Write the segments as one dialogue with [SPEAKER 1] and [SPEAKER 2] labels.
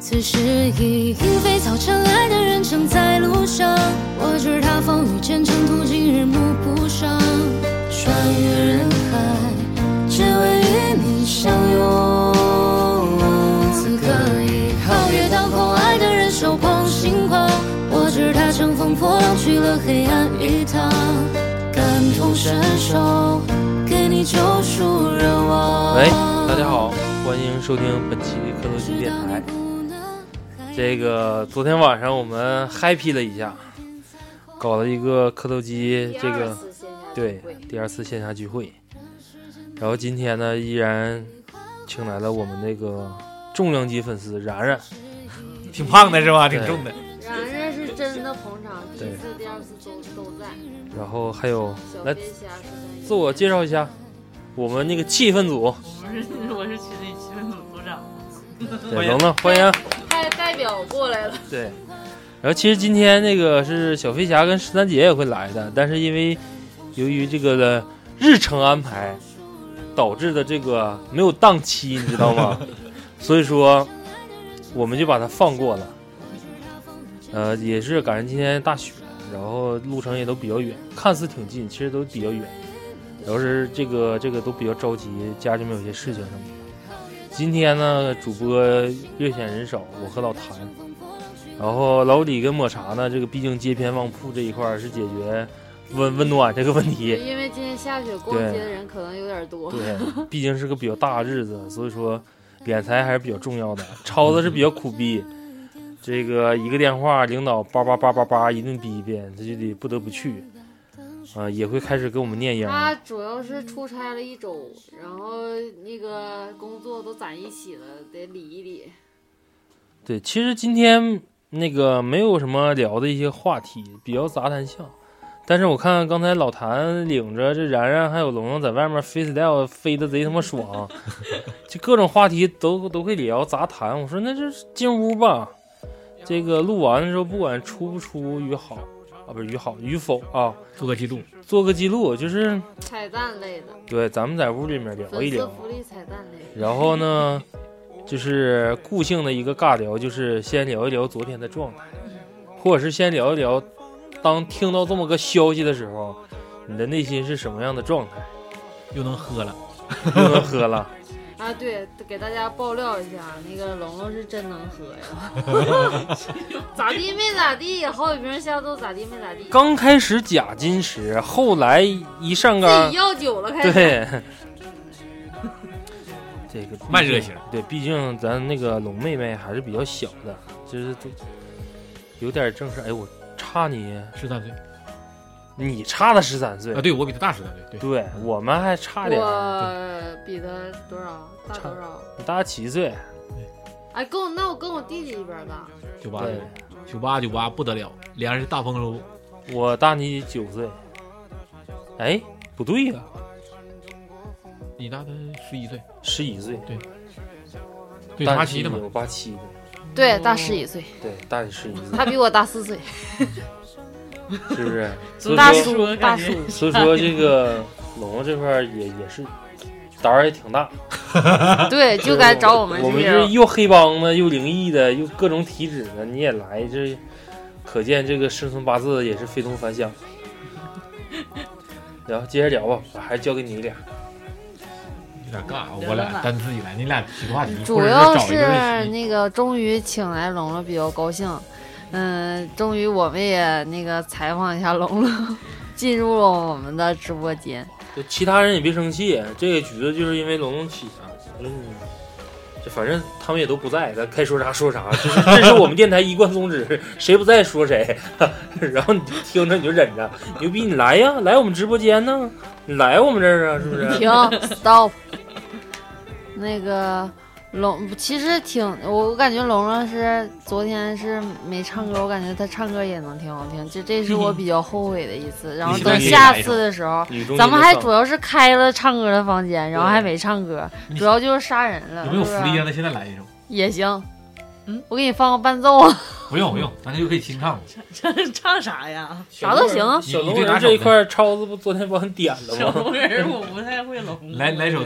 [SPEAKER 1] 此时已莺飞草长，爱的人正在路上。我知他风雨兼程，途经日暮不赏。穿越人海，只为与你相拥。此刻已皓月当空，爱的人手捧星光。我知他乘风破浪，去了黑暗一趟。感同身受，给你救赎热望。
[SPEAKER 2] 喂，大家好，欢迎收听本期科
[SPEAKER 1] 我
[SPEAKER 2] 多
[SPEAKER 1] 知
[SPEAKER 2] 局电
[SPEAKER 1] 道你
[SPEAKER 2] 台。
[SPEAKER 1] 不能还
[SPEAKER 2] 这个昨天晚上我们 happy 了一下，搞了一个磕头机这个对第二次线下聚会，然后今天呢依然请来了我们那个重量级粉丝然然，
[SPEAKER 3] 挺胖的是吧？
[SPEAKER 2] 对
[SPEAKER 3] 挺重的。
[SPEAKER 4] 然然是真的捧场，第
[SPEAKER 2] 对
[SPEAKER 4] 一次、第二次都都在。
[SPEAKER 2] 然后还有
[SPEAKER 4] 小
[SPEAKER 2] 来
[SPEAKER 4] 编瞎说三一
[SPEAKER 2] 自我介绍一下，我们那个气氛组，
[SPEAKER 5] 我是群里气氛组组长，
[SPEAKER 2] 对
[SPEAKER 3] 欢迎
[SPEAKER 2] 龙龙欢迎，
[SPEAKER 4] 代代表过来了，
[SPEAKER 2] 对。然后其实今天那个是小飞侠跟十三姐也会来的，但是因为由于这个的日程安排导致的这个没有档期，你知道吗？所以说我们就把它放过了。呃，也是赶上今天大雪，然后路程也都比较远，看似挺近，其实都比较远。然后是这个这个都比较着急，家里面有些事情什么的。今天呢，主播略显人少，我和老谭，然后老李跟抹茶呢，这个毕竟街边旺铺这一块儿是解决温温暖这个问题。
[SPEAKER 4] 因为今天下雪，逛街的人可能有点多。
[SPEAKER 2] 对，毕竟是个比较大的日子，所以说敛财还是比较重要的。超子是比较苦逼，这个一个电话，领导叭叭叭叭叭一顿逼逼，他就得不得不去，啊、也会开始给我们念
[SPEAKER 4] 他
[SPEAKER 2] 秧。
[SPEAKER 4] 主要是出差了一周，然后那个工作都攒一起了，得理一理。
[SPEAKER 2] 对，其实今天那个没有什么聊的一些话题，比较杂谈项。但是我看刚才老谭领着这然然还有龙龙在外面 freestyle 飞的贼他妈爽， 就各种话题都都会聊杂谈。我说那就进屋吧，这个录完了之后不管出不出与好啊，不是与好与否啊，
[SPEAKER 3] 做个记录，
[SPEAKER 2] 做个记录，就是
[SPEAKER 4] 彩蛋类的，
[SPEAKER 2] 对咱们在屋里面聊
[SPEAKER 4] 粉
[SPEAKER 2] 一
[SPEAKER 4] 丝
[SPEAKER 2] 聊。
[SPEAKER 4] 福利彩蛋类的。
[SPEAKER 2] 然后呢，就是固性的一个尬聊，就是先聊一聊昨天的状态，或者是先聊一聊，当听到这么个消息的时候，你的内心是什么样的状态？
[SPEAKER 3] 又能喝了。
[SPEAKER 2] 又能喝 了，
[SPEAKER 4] 啊，对，给大家爆料一下，那个龙龙是真能喝呀， 咋地没咋地，好几瓶下肚咋地没咋地，
[SPEAKER 2] 刚开始假矜持，后来一上
[SPEAKER 4] 自
[SPEAKER 2] 杆
[SPEAKER 4] 己，要酒了开始。
[SPEAKER 2] 啊对。 这个毕竟
[SPEAKER 3] 慢热型，
[SPEAKER 2] 对，毕竟咱那个龙妹妹还是比较小的，就是都有点正事。哎，我差你，
[SPEAKER 3] 十三岁
[SPEAKER 2] 你差她十三岁
[SPEAKER 3] 啊，对我比他大十三岁。对，
[SPEAKER 2] 对我们还差点儿，
[SPEAKER 4] 我比他多少大多少？
[SPEAKER 2] 你大七岁，
[SPEAKER 4] 哎，跟我那我跟我弟弟一边大，
[SPEAKER 3] 九八岁，九八九八不得了，俩人是大丰收。
[SPEAKER 2] 我大你九岁。哎，不对呀、
[SPEAKER 3] 你大他十一岁，
[SPEAKER 2] 十一岁，
[SPEAKER 3] 对，
[SPEAKER 2] 大
[SPEAKER 3] 八
[SPEAKER 2] 你
[SPEAKER 3] 七的嘛。
[SPEAKER 2] 我八七的，
[SPEAKER 4] 对，大十一岁，
[SPEAKER 2] 对，大你十一岁，
[SPEAKER 4] 他比我大四岁，
[SPEAKER 2] 是不 是？所以
[SPEAKER 4] 大
[SPEAKER 2] 说，
[SPEAKER 4] 叔大叔。
[SPEAKER 2] 所以说这个龙龙这块儿也也是胆儿也挺大，
[SPEAKER 3] 啊
[SPEAKER 4] 对，就该找我们
[SPEAKER 2] 我
[SPEAKER 4] 这
[SPEAKER 2] 们
[SPEAKER 4] 边
[SPEAKER 2] 是。又黑帮的，又灵异的，又各种体质的，你也来，这可见这个生辰八字也是非同凡响。然后接着聊吧，我还交给你俩。
[SPEAKER 3] 有点尬，我俩单自己来，你俩起个话题，
[SPEAKER 4] 主要
[SPEAKER 3] 或者找一个
[SPEAKER 4] 是
[SPEAKER 3] 人起
[SPEAKER 4] 那个，终于请来龙龙，比较高兴。嗯，终于我们也那个采访一下龙龙，进入了我们的直播间。
[SPEAKER 2] 就其他人也别生气，这个局子就是因为龙龙起啊，嗯，这反正他们也都不在，咱该说啥说啥，就是这是我们电台一贯宗旨， 谁不在说谁， 然后你就听着你就忍着，牛逼你来呀，来我们直播间呢，你来我们这儿啊，是不是？
[SPEAKER 4] 停，stop。那个龙其实挺，我我感觉龙龙是昨天是没唱歌，我感觉他唱歌也能挺好听，这这是我比较后悔的一次。然后
[SPEAKER 3] 你
[SPEAKER 4] 等
[SPEAKER 3] 现在可以
[SPEAKER 4] 下
[SPEAKER 3] 来一首
[SPEAKER 4] 次的时候，
[SPEAKER 2] 女中
[SPEAKER 4] 咱们还主
[SPEAKER 2] 准
[SPEAKER 4] 要是开了唱歌的房间，然后
[SPEAKER 2] 对
[SPEAKER 4] 还没唱歌，
[SPEAKER 3] 你
[SPEAKER 4] 主要就是杀人了，
[SPEAKER 3] 有没有
[SPEAKER 4] 是
[SPEAKER 3] 福
[SPEAKER 4] 不
[SPEAKER 3] 利啊
[SPEAKER 4] 是
[SPEAKER 3] 让他现在来一首？
[SPEAKER 4] 也行。嗯，我给你放个伴奏啊，
[SPEAKER 3] 不用不用，咱就可以清唱。
[SPEAKER 5] 唱啥呀？
[SPEAKER 4] 啥都行。
[SPEAKER 2] 小龙
[SPEAKER 3] 你你对哪
[SPEAKER 2] 人
[SPEAKER 3] 首
[SPEAKER 2] 这一
[SPEAKER 3] 呢
[SPEAKER 2] 块儿，超子不昨天帮你点了
[SPEAKER 5] 小
[SPEAKER 2] 吗？
[SPEAKER 5] 龙人我不太会龙，
[SPEAKER 3] 来来首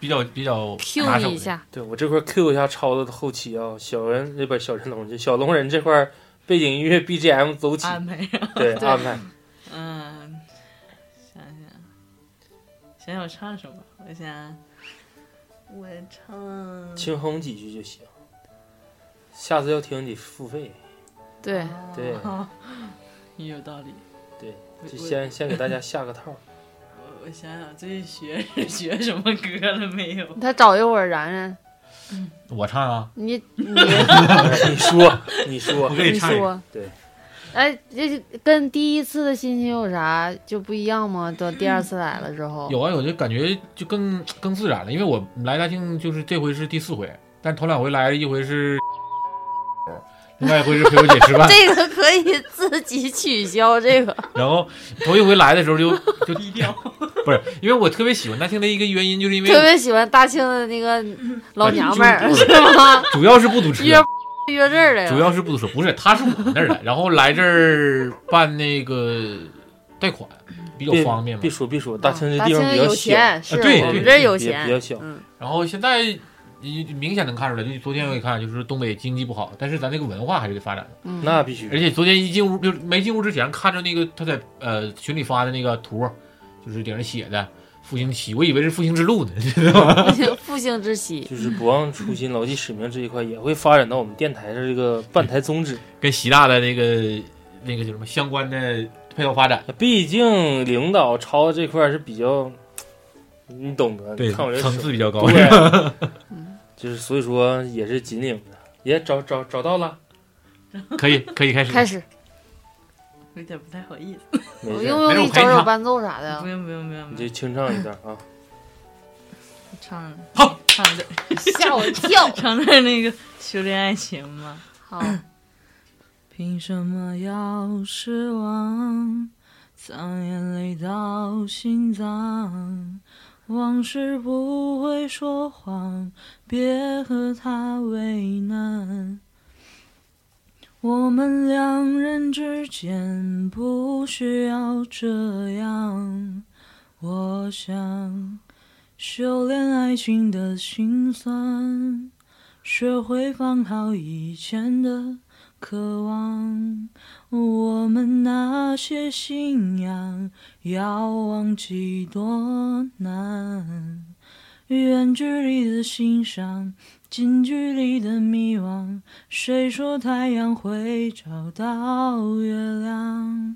[SPEAKER 3] 比较比较
[SPEAKER 4] Q
[SPEAKER 3] 拿手
[SPEAKER 4] 你
[SPEAKER 3] 的
[SPEAKER 4] 一，下，
[SPEAKER 2] 对我这块 Q 一下超子的后期啊，小人那边小神龙这小龙人这块背景音乐 BGM 走起，
[SPEAKER 6] 安排上。
[SPEAKER 2] 对
[SPEAKER 4] 对
[SPEAKER 2] 安排。
[SPEAKER 6] 啊嗯，想想，想想我唱什么？我想，我唱。
[SPEAKER 2] 轻哼几句就行。下次要听得付费，
[SPEAKER 4] 对，
[SPEAKER 2] 对
[SPEAKER 6] 哦，也有道理。
[SPEAKER 2] 对，
[SPEAKER 6] 我
[SPEAKER 2] 就先先给大家下个 套。
[SPEAKER 6] 我我想想，最近学学什么歌了没有？
[SPEAKER 4] 他找一会儿然然，
[SPEAKER 3] 我唱啊，
[SPEAKER 4] 你
[SPEAKER 2] 你说，你说
[SPEAKER 3] 我，给
[SPEAKER 4] 你
[SPEAKER 3] 你唱一个，
[SPEAKER 4] 说，
[SPEAKER 2] 对，
[SPEAKER 4] 哎，这跟第一次的心情有啥就不一样吗？等第二次来了之后，
[SPEAKER 3] 有啊，我就感觉就更更自然了，因为我来大庆就是这回是第四回，但头两回来一回是， 另外一回是陪我姐吃饭，
[SPEAKER 4] 这个可以自己取消这个。
[SPEAKER 3] 然后头一回来的时候就就
[SPEAKER 6] 低调。
[SPEAKER 3] 不是，因为我特别喜欢大庆的一个原因，就是因为
[SPEAKER 4] 特别喜欢大庆的那个老娘们儿， 是 吗？
[SPEAKER 3] 主要是不堵车，
[SPEAKER 4] 约 啊约这儿来
[SPEAKER 3] 主
[SPEAKER 4] 了，
[SPEAKER 3] 要是不堵车，不是他是我们那儿的，然后来这儿办那个贷款比较
[SPEAKER 2] 别
[SPEAKER 3] 方便嘛
[SPEAKER 4] 嗯
[SPEAKER 2] 别。说别说，大庆这
[SPEAKER 4] 哦大
[SPEAKER 2] 地方
[SPEAKER 4] 庆
[SPEAKER 2] 比较
[SPEAKER 4] 有
[SPEAKER 2] 小，啊
[SPEAKER 4] 钱，是
[SPEAKER 3] 对对
[SPEAKER 4] 我们这儿
[SPEAKER 2] 对
[SPEAKER 4] 有
[SPEAKER 2] 比
[SPEAKER 4] 钱，
[SPEAKER 2] 比较小
[SPEAKER 4] 嗯，
[SPEAKER 3] 然后现在你明显能看出来，就是昨天我也看，就是东北经济不好，但是咱那个文化还是得发展的。
[SPEAKER 4] 嗯
[SPEAKER 2] 那必须。
[SPEAKER 3] 而且昨天一进屋，就是没进屋之前看着那个他在呃群里发的那个图，就是顶上写的“复兴期”，我以为是复兴之路呢。
[SPEAKER 4] 复兴之喜，
[SPEAKER 2] 就是不忘初心、牢记使命这一块，也会发展到我们电台的这个办台宗旨。
[SPEAKER 3] 跟习大的那个那个叫什么相关的配套发展。
[SPEAKER 2] 毕竟领导超这块是比较，你懂得，
[SPEAKER 3] 对，
[SPEAKER 2] 看我这
[SPEAKER 3] 层
[SPEAKER 2] 手
[SPEAKER 3] 次比较高。
[SPEAKER 2] 对，
[SPEAKER 4] 嗯
[SPEAKER 2] 就是所以说也是紧领的，也找找找到了，
[SPEAKER 3] 可以，可以开始。
[SPEAKER 4] 开始，
[SPEAKER 6] 有点不太好意思。
[SPEAKER 2] 没
[SPEAKER 4] 我
[SPEAKER 2] 事
[SPEAKER 4] 用
[SPEAKER 2] 儿，
[SPEAKER 3] 没
[SPEAKER 4] 不
[SPEAKER 3] 事我
[SPEAKER 4] 用你
[SPEAKER 3] 陪
[SPEAKER 4] 找
[SPEAKER 3] 你
[SPEAKER 4] 找
[SPEAKER 3] 唱
[SPEAKER 4] 伴奏啥的呀
[SPEAKER 6] 不？用不用不用
[SPEAKER 2] 你
[SPEAKER 6] 不
[SPEAKER 2] 就
[SPEAKER 6] 用，
[SPEAKER 2] 清唱一段啊。
[SPEAKER 6] 唱
[SPEAKER 3] 好
[SPEAKER 6] 唱的。
[SPEAKER 4] 吓我一 跳
[SPEAKER 6] 唱的那个修炼爱情嘛。
[SPEAKER 4] 好，
[SPEAKER 2] 哦
[SPEAKER 6] 凭什么要失望？藏眼泪到心脏，往事不会说谎，别和他为难。我们两人之间不需要这样，我想修炼爱情的心酸，学会放好以前的。渴望我们那些信仰，要忘记多难。远距离的欣赏，近距离的迷惘。谁说太阳会找到月亮？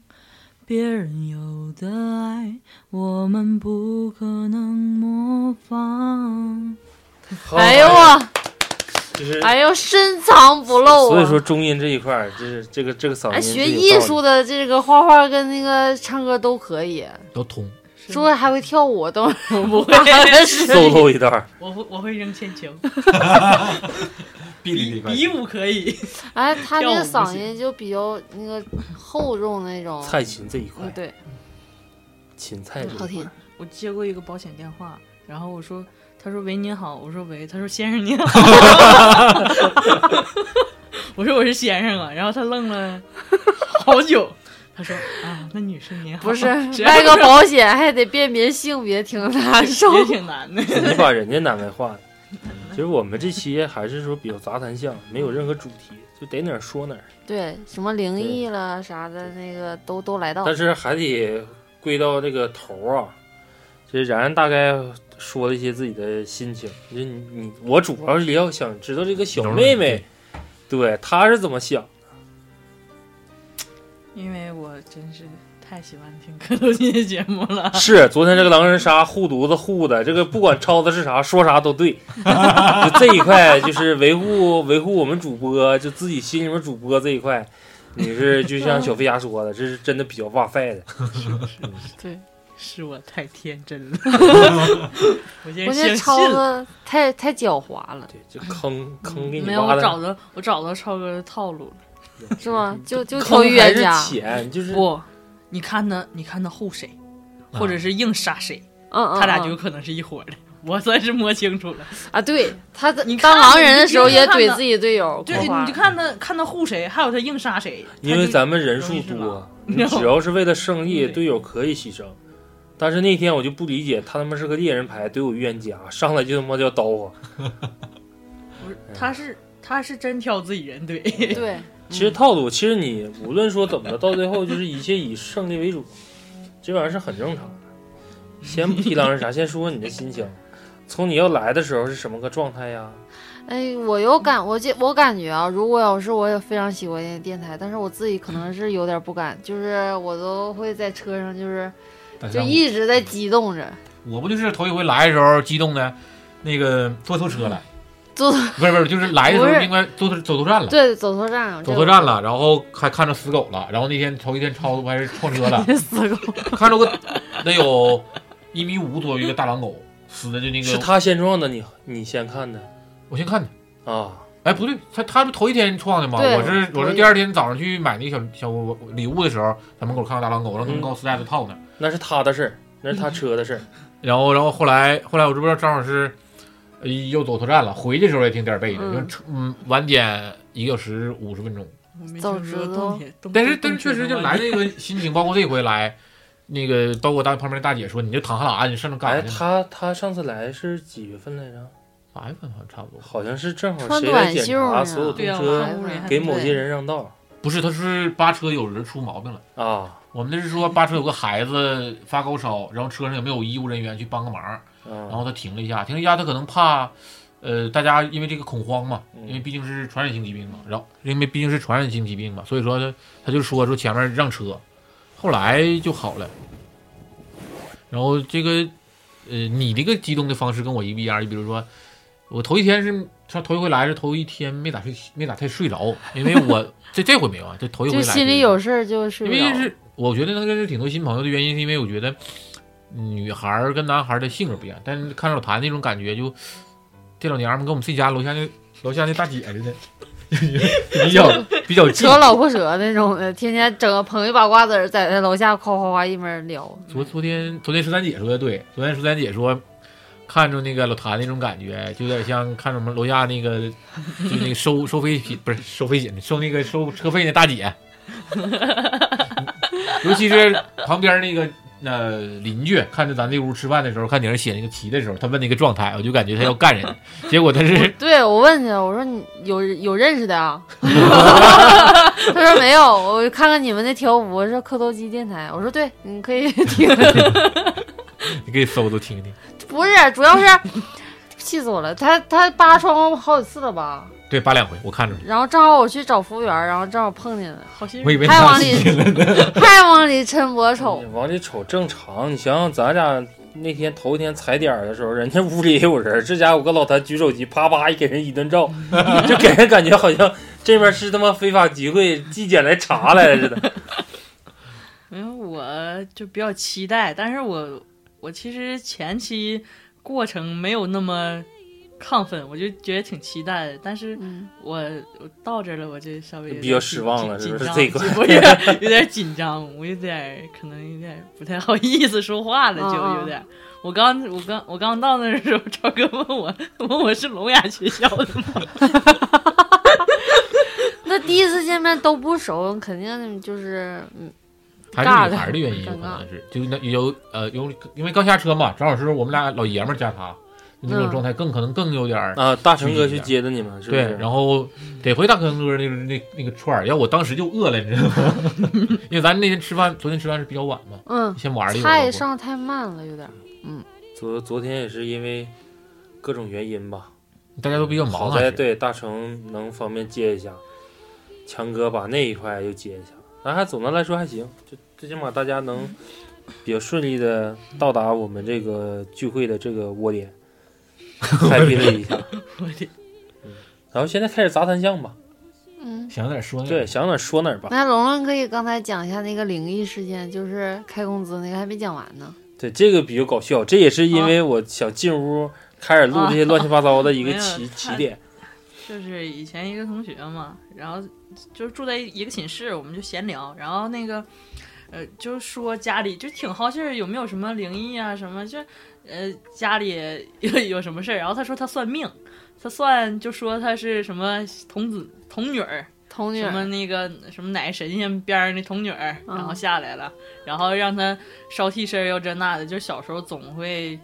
[SPEAKER 6] 别人有的爱，我们不可能模仿。
[SPEAKER 4] 哎呦我，
[SPEAKER 2] 就是
[SPEAKER 4] 哎呦深藏不露啊！
[SPEAKER 2] 所以说中音这一块儿，就是这个这个嗓
[SPEAKER 4] 哎，
[SPEAKER 2] 音是有
[SPEAKER 4] 学
[SPEAKER 2] 道理，
[SPEAKER 4] 艺术的这个画画跟那个唱歌都可以，
[SPEAKER 3] 都通，
[SPEAKER 4] 说还会跳舞 都不 会
[SPEAKER 2] solo 一段儿，
[SPEAKER 6] 我会我会扔铅球，
[SPEAKER 3] 臂力
[SPEAKER 6] 比武可以。
[SPEAKER 4] 哎，他这
[SPEAKER 6] 跳舞
[SPEAKER 4] 个
[SPEAKER 6] 不
[SPEAKER 4] 嗓
[SPEAKER 6] 行
[SPEAKER 4] 音就比较那个厚重那种，
[SPEAKER 2] 蔡琴这一块
[SPEAKER 4] 嗯，对，
[SPEAKER 2] 芹菜这一块
[SPEAKER 4] 好听。
[SPEAKER 6] 我接过一个保险电话，然后我说，他说喂您好，我说喂，他说先生您好， 我说我是先生啊，然后他愣了好久，他说啊，那女士您好，
[SPEAKER 4] 不是
[SPEAKER 6] 谁
[SPEAKER 4] 卖个保险还得辨别性别，挺难受。
[SPEAKER 6] 也挺难的，
[SPEAKER 2] 你把人家难为化了。其实我们这期还是说比较杂谈项，没有任何主题，就逮哪儿说哪儿，
[SPEAKER 4] 对，什么灵异了啥的，那个都都来到
[SPEAKER 2] 但。是还得归到这个头儿啊。这然然大概说了一些自己的心情，就你你我主要是要想知道这个小妹妹，对她是怎么想。
[SPEAKER 6] 因为我真是太喜欢听磕头机的节目了，
[SPEAKER 2] 是昨天这个狼人杀护犊子护的，这个不管抄的是啥，说啥都对。 就这一块，就是维护维护我们主播，就自己心里面主播这一块，你是就像小飞侠说的，这是真的比较哇塞的。
[SPEAKER 6] 对， 是我太天真了，我现
[SPEAKER 4] 我
[SPEAKER 6] 在
[SPEAKER 4] 觉得
[SPEAKER 6] 相
[SPEAKER 4] 超
[SPEAKER 6] 信了。
[SPEAKER 4] 子太太狡猾了，
[SPEAKER 2] 对，这坑坑给你
[SPEAKER 6] 没有，
[SPEAKER 2] 挖
[SPEAKER 6] 我
[SPEAKER 2] 的
[SPEAKER 6] 找着我找到超哥的套路了。
[SPEAKER 4] 是吗？就就挑
[SPEAKER 2] 坑
[SPEAKER 4] 预
[SPEAKER 2] 还
[SPEAKER 4] 言
[SPEAKER 2] 是
[SPEAKER 4] 家，
[SPEAKER 2] 浅，就是
[SPEAKER 6] 不，你看他，你看他护谁，或者是硬杀谁，
[SPEAKER 4] 嗯嗯，
[SPEAKER 6] 他俩
[SPEAKER 4] 嗯
[SPEAKER 6] 就有可能是一伙的。 我算是摸清楚了，
[SPEAKER 4] 啊，对他在
[SPEAKER 6] 你看
[SPEAKER 4] 当狼人的时候
[SPEAKER 6] 你就
[SPEAKER 4] 也
[SPEAKER 6] 看
[SPEAKER 4] 怼
[SPEAKER 6] 到
[SPEAKER 4] 自己队友，
[SPEAKER 6] 对，
[SPEAKER 4] 夸
[SPEAKER 6] 你
[SPEAKER 4] 夸
[SPEAKER 6] 就看他看他护谁，还有他硬杀谁。
[SPEAKER 2] 因为
[SPEAKER 6] 他就
[SPEAKER 2] 咱们人数
[SPEAKER 6] 容易是
[SPEAKER 2] 多
[SPEAKER 6] 吧，
[SPEAKER 2] 你只要是为了胜利，
[SPEAKER 6] 对
[SPEAKER 2] 队友可以牺牲。但是那天我就不理解，他他妈是个猎人牌，对我预言家，上来就他妈就要刀我。
[SPEAKER 6] 不是，他是他是真挑自己人对，
[SPEAKER 4] 对，
[SPEAKER 3] 嗯
[SPEAKER 2] 其实套路，其实你无论说怎么的，到最后就是一切以胜利为 主，这玩意儿是很正常的。先不提狼人杀，先说说你的心情，从你要来的时候是什么个状态呀？
[SPEAKER 4] 哎，我有感，我这我感觉啊，如果要是我也非常喜欢电台，但是我自己可能是有点不敢，就是我都会在车上，就是
[SPEAKER 3] 大
[SPEAKER 4] 就
[SPEAKER 3] 家
[SPEAKER 4] 一直在激动着，
[SPEAKER 3] 我不就是头一回来的时候激动的，那个坐错车了，
[SPEAKER 4] 嗯坐
[SPEAKER 3] 不是不是，就是来的时
[SPEAKER 4] 不
[SPEAKER 3] 候
[SPEAKER 4] 是
[SPEAKER 3] 应该坐错走错站了。
[SPEAKER 4] 对，走错站了，
[SPEAKER 3] 走错站了，然后还看着死狗了，然后那天头一天超子不还是撞车了，
[SPEAKER 4] 这个，死狗，
[SPEAKER 3] 看着个得有一米五左右一个大狼狗，死的就那
[SPEAKER 2] 是
[SPEAKER 3] 个，
[SPEAKER 2] 他先撞的你，你先看的
[SPEAKER 3] 我先看的，
[SPEAKER 2] 啊？
[SPEAKER 3] 哎不对，他他不头一天撞的吗？
[SPEAKER 4] 对
[SPEAKER 3] 我是
[SPEAKER 4] 头一
[SPEAKER 3] 我是第二天早上去买那个小小礼物的时候，在门口看到大狼狗，然后能
[SPEAKER 2] 嗯
[SPEAKER 3] 告诉大家套呢，
[SPEAKER 2] 那是他的事儿，那是他车的事儿。
[SPEAKER 3] 嗯然后然后后来后来我这不知道正好是。呃又走错站了，回去的时候也挺点儿背的，
[SPEAKER 4] 嗯
[SPEAKER 3] 就车嗯晚点一个小时五十分钟。
[SPEAKER 6] 我没
[SPEAKER 4] 早
[SPEAKER 6] 听
[SPEAKER 4] 知
[SPEAKER 6] 说
[SPEAKER 4] 道
[SPEAKER 6] 冬天，冬
[SPEAKER 3] 但是
[SPEAKER 6] 冬
[SPEAKER 3] 但是确
[SPEAKER 6] 天
[SPEAKER 3] 实
[SPEAKER 6] 的
[SPEAKER 3] 就
[SPEAKER 6] 话
[SPEAKER 3] 来这个心情，包括这回来，那个包括大旁边大姐说，你就躺哈喇，你上那
[SPEAKER 2] 哎，
[SPEAKER 3] 干啥去呢？
[SPEAKER 2] 他他上次来是几月份来着？
[SPEAKER 3] 哎，反正差不多。
[SPEAKER 2] 好像是正好
[SPEAKER 4] 穿
[SPEAKER 2] 谁来
[SPEAKER 4] 短
[SPEAKER 2] 检
[SPEAKER 4] 袖儿
[SPEAKER 2] 查
[SPEAKER 4] 呢啊
[SPEAKER 2] 所有动
[SPEAKER 6] 对呀、啊
[SPEAKER 2] 车
[SPEAKER 6] 我看屋里还
[SPEAKER 2] 给某些人让道
[SPEAKER 3] 不是，他是扒车有人出毛病了。
[SPEAKER 2] 啊
[SPEAKER 3] 我们那是
[SPEAKER 4] 嗯
[SPEAKER 3] 说扒车有个孩子发高烧，然后车上也没有医务人员去帮个忙，
[SPEAKER 4] 嗯
[SPEAKER 3] 然
[SPEAKER 2] 啊
[SPEAKER 3] 后他停了一下，停了一下，他可能怕，呃，大家因为这个恐慌嘛，
[SPEAKER 2] 嗯
[SPEAKER 3] 因为毕竟是传染性疾病嘛，然后因为毕竟是传染性疾病嘛，所以说他他就说说前面让车，后来就好了。然后这个，呃，你这个激动的方式跟我一不一样？你比如说，我头一天是上头一回来是头一天没咋睡，没咋太睡着，因为我这这回没有啊，这头一回
[SPEAKER 4] 就
[SPEAKER 3] 来
[SPEAKER 4] 心里
[SPEAKER 3] 是
[SPEAKER 4] 有事儿就睡
[SPEAKER 3] 因
[SPEAKER 4] 不
[SPEAKER 3] 为
[SPEAKER 4] 着。
[SPEAKER 3] 是我觉得能认识挺多新朋友的原因，是因为我觉得女孩儿跟男孩儿的性格不一样，但是看老谭那种感觉就，这老娘们跟我们自己家楼下那楼下那大姐似的， 比较比较近。
[SPEAKER 4] 扯老婆舌那种的，天天整个捧一把瓜子儿在那楼下夸夸夸一边聊，
[SPEAKER 3] 昨昨天昨天十三姐说的对，昨天十三姐说。看着那个老谭那种感觉，就有点像看着我们楼下那个，就那个收 收废品不是收废品，收那个收车费那大姐， 尤其是旁边那个呃邻居，看着咱这屋吃饭的时候，看你那写那个题的时候，他问那个状态，我就感觉他要干人，结果他是
[SPEAKER 4] 对我问去，我说你有有认识的啊？ 他说没有，我看看你们那条幅，我说磕头机电台，我说对，你可以听。
[SPEAKER 3] 你可以搜搜听听。
[SPEAKER 4] 不是，主要是气死我了，他他扒窗户好几次了吧？
[SPEAKER 3] 对，扒两回，我看着了，
[SPEAKER 4] 然后正好我去找服务员，然后正好碰见了，
[SPEAKER 6] 好心
[SPEAKER 3] 我以
[SPEAKER 6] 人啊
[SPEAKER 3] 为
[SPEAKER 4] 还
[SPEAKER 3] 他
[SPEAKER 4] 往里还往里抻脖瞅，
[SPEAKER 2] 往里瞅正常，你想想咱俩那天头一天踩点儿的时候，人家屋里也有人，这家伙跟老谭举手机，啪啪一给人一顿 照，就给人感觉好像这边是他妈非法集会，纪检来查来了似的。
[SPEAKER 6] 没有，我就比较期待，但是我我其实前期过程没有那么亢奋，我就觉得挺期待的，但是
[SPEAKER 4] 嗯，
[SPEAKER 6] 我我到这儿了，我就稍微有点
[SPEAKER 2] 比较失望了
[SPEAKER 6] 紧
[SPEAKER 2] 是不是
[SPEAKER 6] 紧张
[SPEAKER 2] 这一块
[SPEAKER 6] 我有点有点紧张，我有点可能有点不太好意思说话了，
[SPEAKER 4] 嗯
[SPEAKER 6] 就
[SPEAKER 4] 嗯
[SPEAKER 6] 有点。我刚我刚我刚到那儿的时候， 超哥问我问我是聋哑学校的吗？
[SPEAKER 4] 那第一次见面都不熟，肯定就是嗯，
[SPEAKER 3] 还
[SPEAKER 4] 尬
[SPEAKER 3] 是女
[SPEAKER 4] 的
[SPEAKER 3] 孩的原因，有
[SPEAKER 4] 尴
[SPEAKER 3] 可
[SPEAKER 4] 尬
[SPEAKER 3] 能。是，就那有呃有，因为刚下车嘛，正好是我们俩老爷们儿加他，就那种
[SPEAKER 4] 嗯
[SPEAKER 3] 状态更可能更有点儿。
[SPEAKER 2] 啊，大成哥去接的你们是不
[SPEAKER 3] 对
[SPEAKER 2] 是？，
[SPEAKER 3] 然后得回大坑哥那那那个串儿，要我当时就饿了，你知道吗？ 因为咱那天吃饭，昨天吃饭是比较晚嘛，
[SPEAKER 4] 嗯，
[SPEAKER 3] 先玩了一会儿
[SPEAKER 4] 菜
[SPEAKER 3] 包括。
[SPEAKER 4] 上太慢了，有点儿。
[SPEAKER 2] 昨昨天也是因为各种原因吧，
[SPEAKER 3] 大家都比较忙
[SPEAKER 2] 好
[SPEAKER 3] 还
[SPEAKER 2] 在
[SPEAKER 3] 嗯是，
[SPEAKER 2] 对大成能方便接一下，强哥把那一块又接一下，咱还总的来说还行，就最起码大家能比较顺利的到达我们这个聚会的这个窝点，happy 了一下。
[SPEAKER 6] 我的
[SPEAKER 2] 然后现在开始砸单项吧，
[SPEAKER 4] 嗯，
[SPEAKER 3] 想点说呢。
[SPEAKER 2] 对，，想哪儿说哪儿吧。
[SPEAKER 6] 嗯
[SPEAKER 4] 那龙龙可以刚才讲一下那个灵异事件，就是开工资那个还没讲完呢。
[SPEAKER 2] 对，这个比较搞笑，这也是因为我想进屋开始录这些乱七八糟 的一个
[SPEAKER 6] 啊啊
[SPEAKER 2] 起
[SPEAKER 6] 没有
[SPEAKER 2] 起
[SPEAKER 6] 太
[SPEAKER 2] 点。
[SPEAKER 6] 就是以前一个同学嘛，然后就住在一个寝室，我们就闲聊，然后那个，呃，就说家里就挺好奇儿有没有什么灵异啊什么，就呃家里有有什么事儿，然后他说他算命，他算就说他是什么童子童女儿，
[SPEAKER 4] 童女
[SPEAKER 6] 什么
[SPEAKER 4] 儿啊
[SPEAKER 6] 那个什么奶神仙边上的童女儿，
[SPEAKER 4] 嗯
[SPEAKER 6] 然后下来了，然后让她烧替身儿又这那的，就小时候总会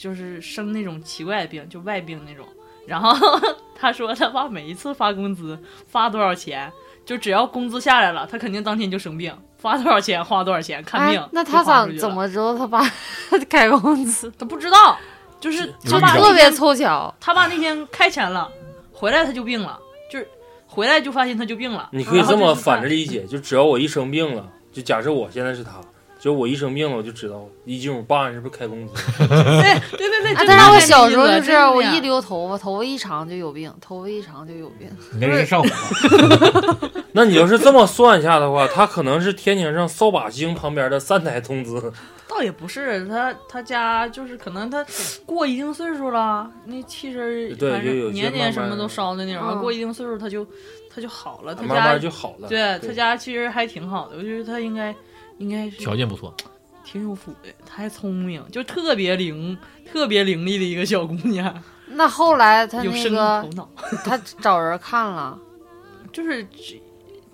[SPEAKER 6] 就是生那种奇怪的病，就外病那种。然后 他说他爸每一次发工资发多少钱，就只要工资下来了，他肯定当天就生病，发多少钱花多少钱看病。
[SPEAKER 4] 哎、那
[SPEAKER 6] 就
[SPEAKER 4] 他
[SPEAKER 6] 花
[SPEAKER 4] 咋
[SPEAKER 6] 出去了
[SPEAKER 4] 怎么知道他爸 开工资？
[SPEAKER 6] 他不知道？ 就是
[SPEAKER 3] 有预兆
[SPEAKER 6] 他爸那
[SPEAKER 4] 特别
[SPEAKER 6] 天
[SPEAKER 4] 凑巧，
[SPEAKER 6] 他爸那天开钱了，回来他就病了，就是回来就发现他就病了。
[SPEAKER 2] 你可以
[SPEAKER 6] 然后
[SPEAKER 2] 这
[SPEAKER 6] 就
[SPEAKER 2] 么
[SPEAKER 6] 去
[SPEAKER 2] 反
[SPEAKER 6] 看
[SPEAKER 2] 着理解，就只要我一生病了，就假设我现在是他，只要我一生病了，我就知道一进我爸是不是开工资。
[SPEAKER 6] 对对对对，
[SPEAKER 4] 啊！
[SPEAKER 6] 就
[SPEAKER 4] 但是
[SPEAKER 6] 大
[SPEAKER 4] 我
[SPEAKER 6] 概
[SPEAKER 4] 小
[SPEAKER 6] 那
[SPEAKER 4] 时候就
[SPEAKER 6] 意思真
[SPEAKER 4] 是
[SPEAKER 6] 那
[SPEAKER 4] 我
[SPEAKER 6] 样
[SPEAKER 4] 一留头发，头发一长就有病，头发一长就有病。
[SPEAKER 3] 你那人上火了，
[SPEAKER 2] 那你要是这么算一下的话，他可能是天庭上扫把星旁边的三台童子。
[SPEAKER 6] 倒也不是，他他家就是可能他过一定岁数了，那气身儿
[SPEAKER 2] 对
[SPEAKER 6] 反
[SPEAKER 2] 就有
[SPEAKER 6] 正
[SPEAKER 2] 些
[SPEAKER 6] 年年什
[SPEAKER 2] 慢慢
[SPEAKER 6] 么都烧的那种，
[SPEAKER 4] 嗯
[SPEAKER 6] 过一定岁数他就他就好 了，他
[SPEAKER 2] 慢
[SPEAKER 6] 家
[SPEAKER 2] 慢就好了。
[SPEAKER 6] 对他家其实还挺好的，我觉得他应该应该是
[SPEAKER 3] 条件不错，
[SPEAKER 6] 挺有福的，他还聪明，就特别灵，特别伶俐的一个小姑娘，
[SPEAKER 4] 那后来他
[SPEAKER 6] 有
[SPEAKER 4] 那
[SPEAKER 6] 生
[SPEAKER 4] 个
[SPEAKER 6] 意头脑，
[SPEAKER 4] 他找人看了，
[SPEAKER 6] 就是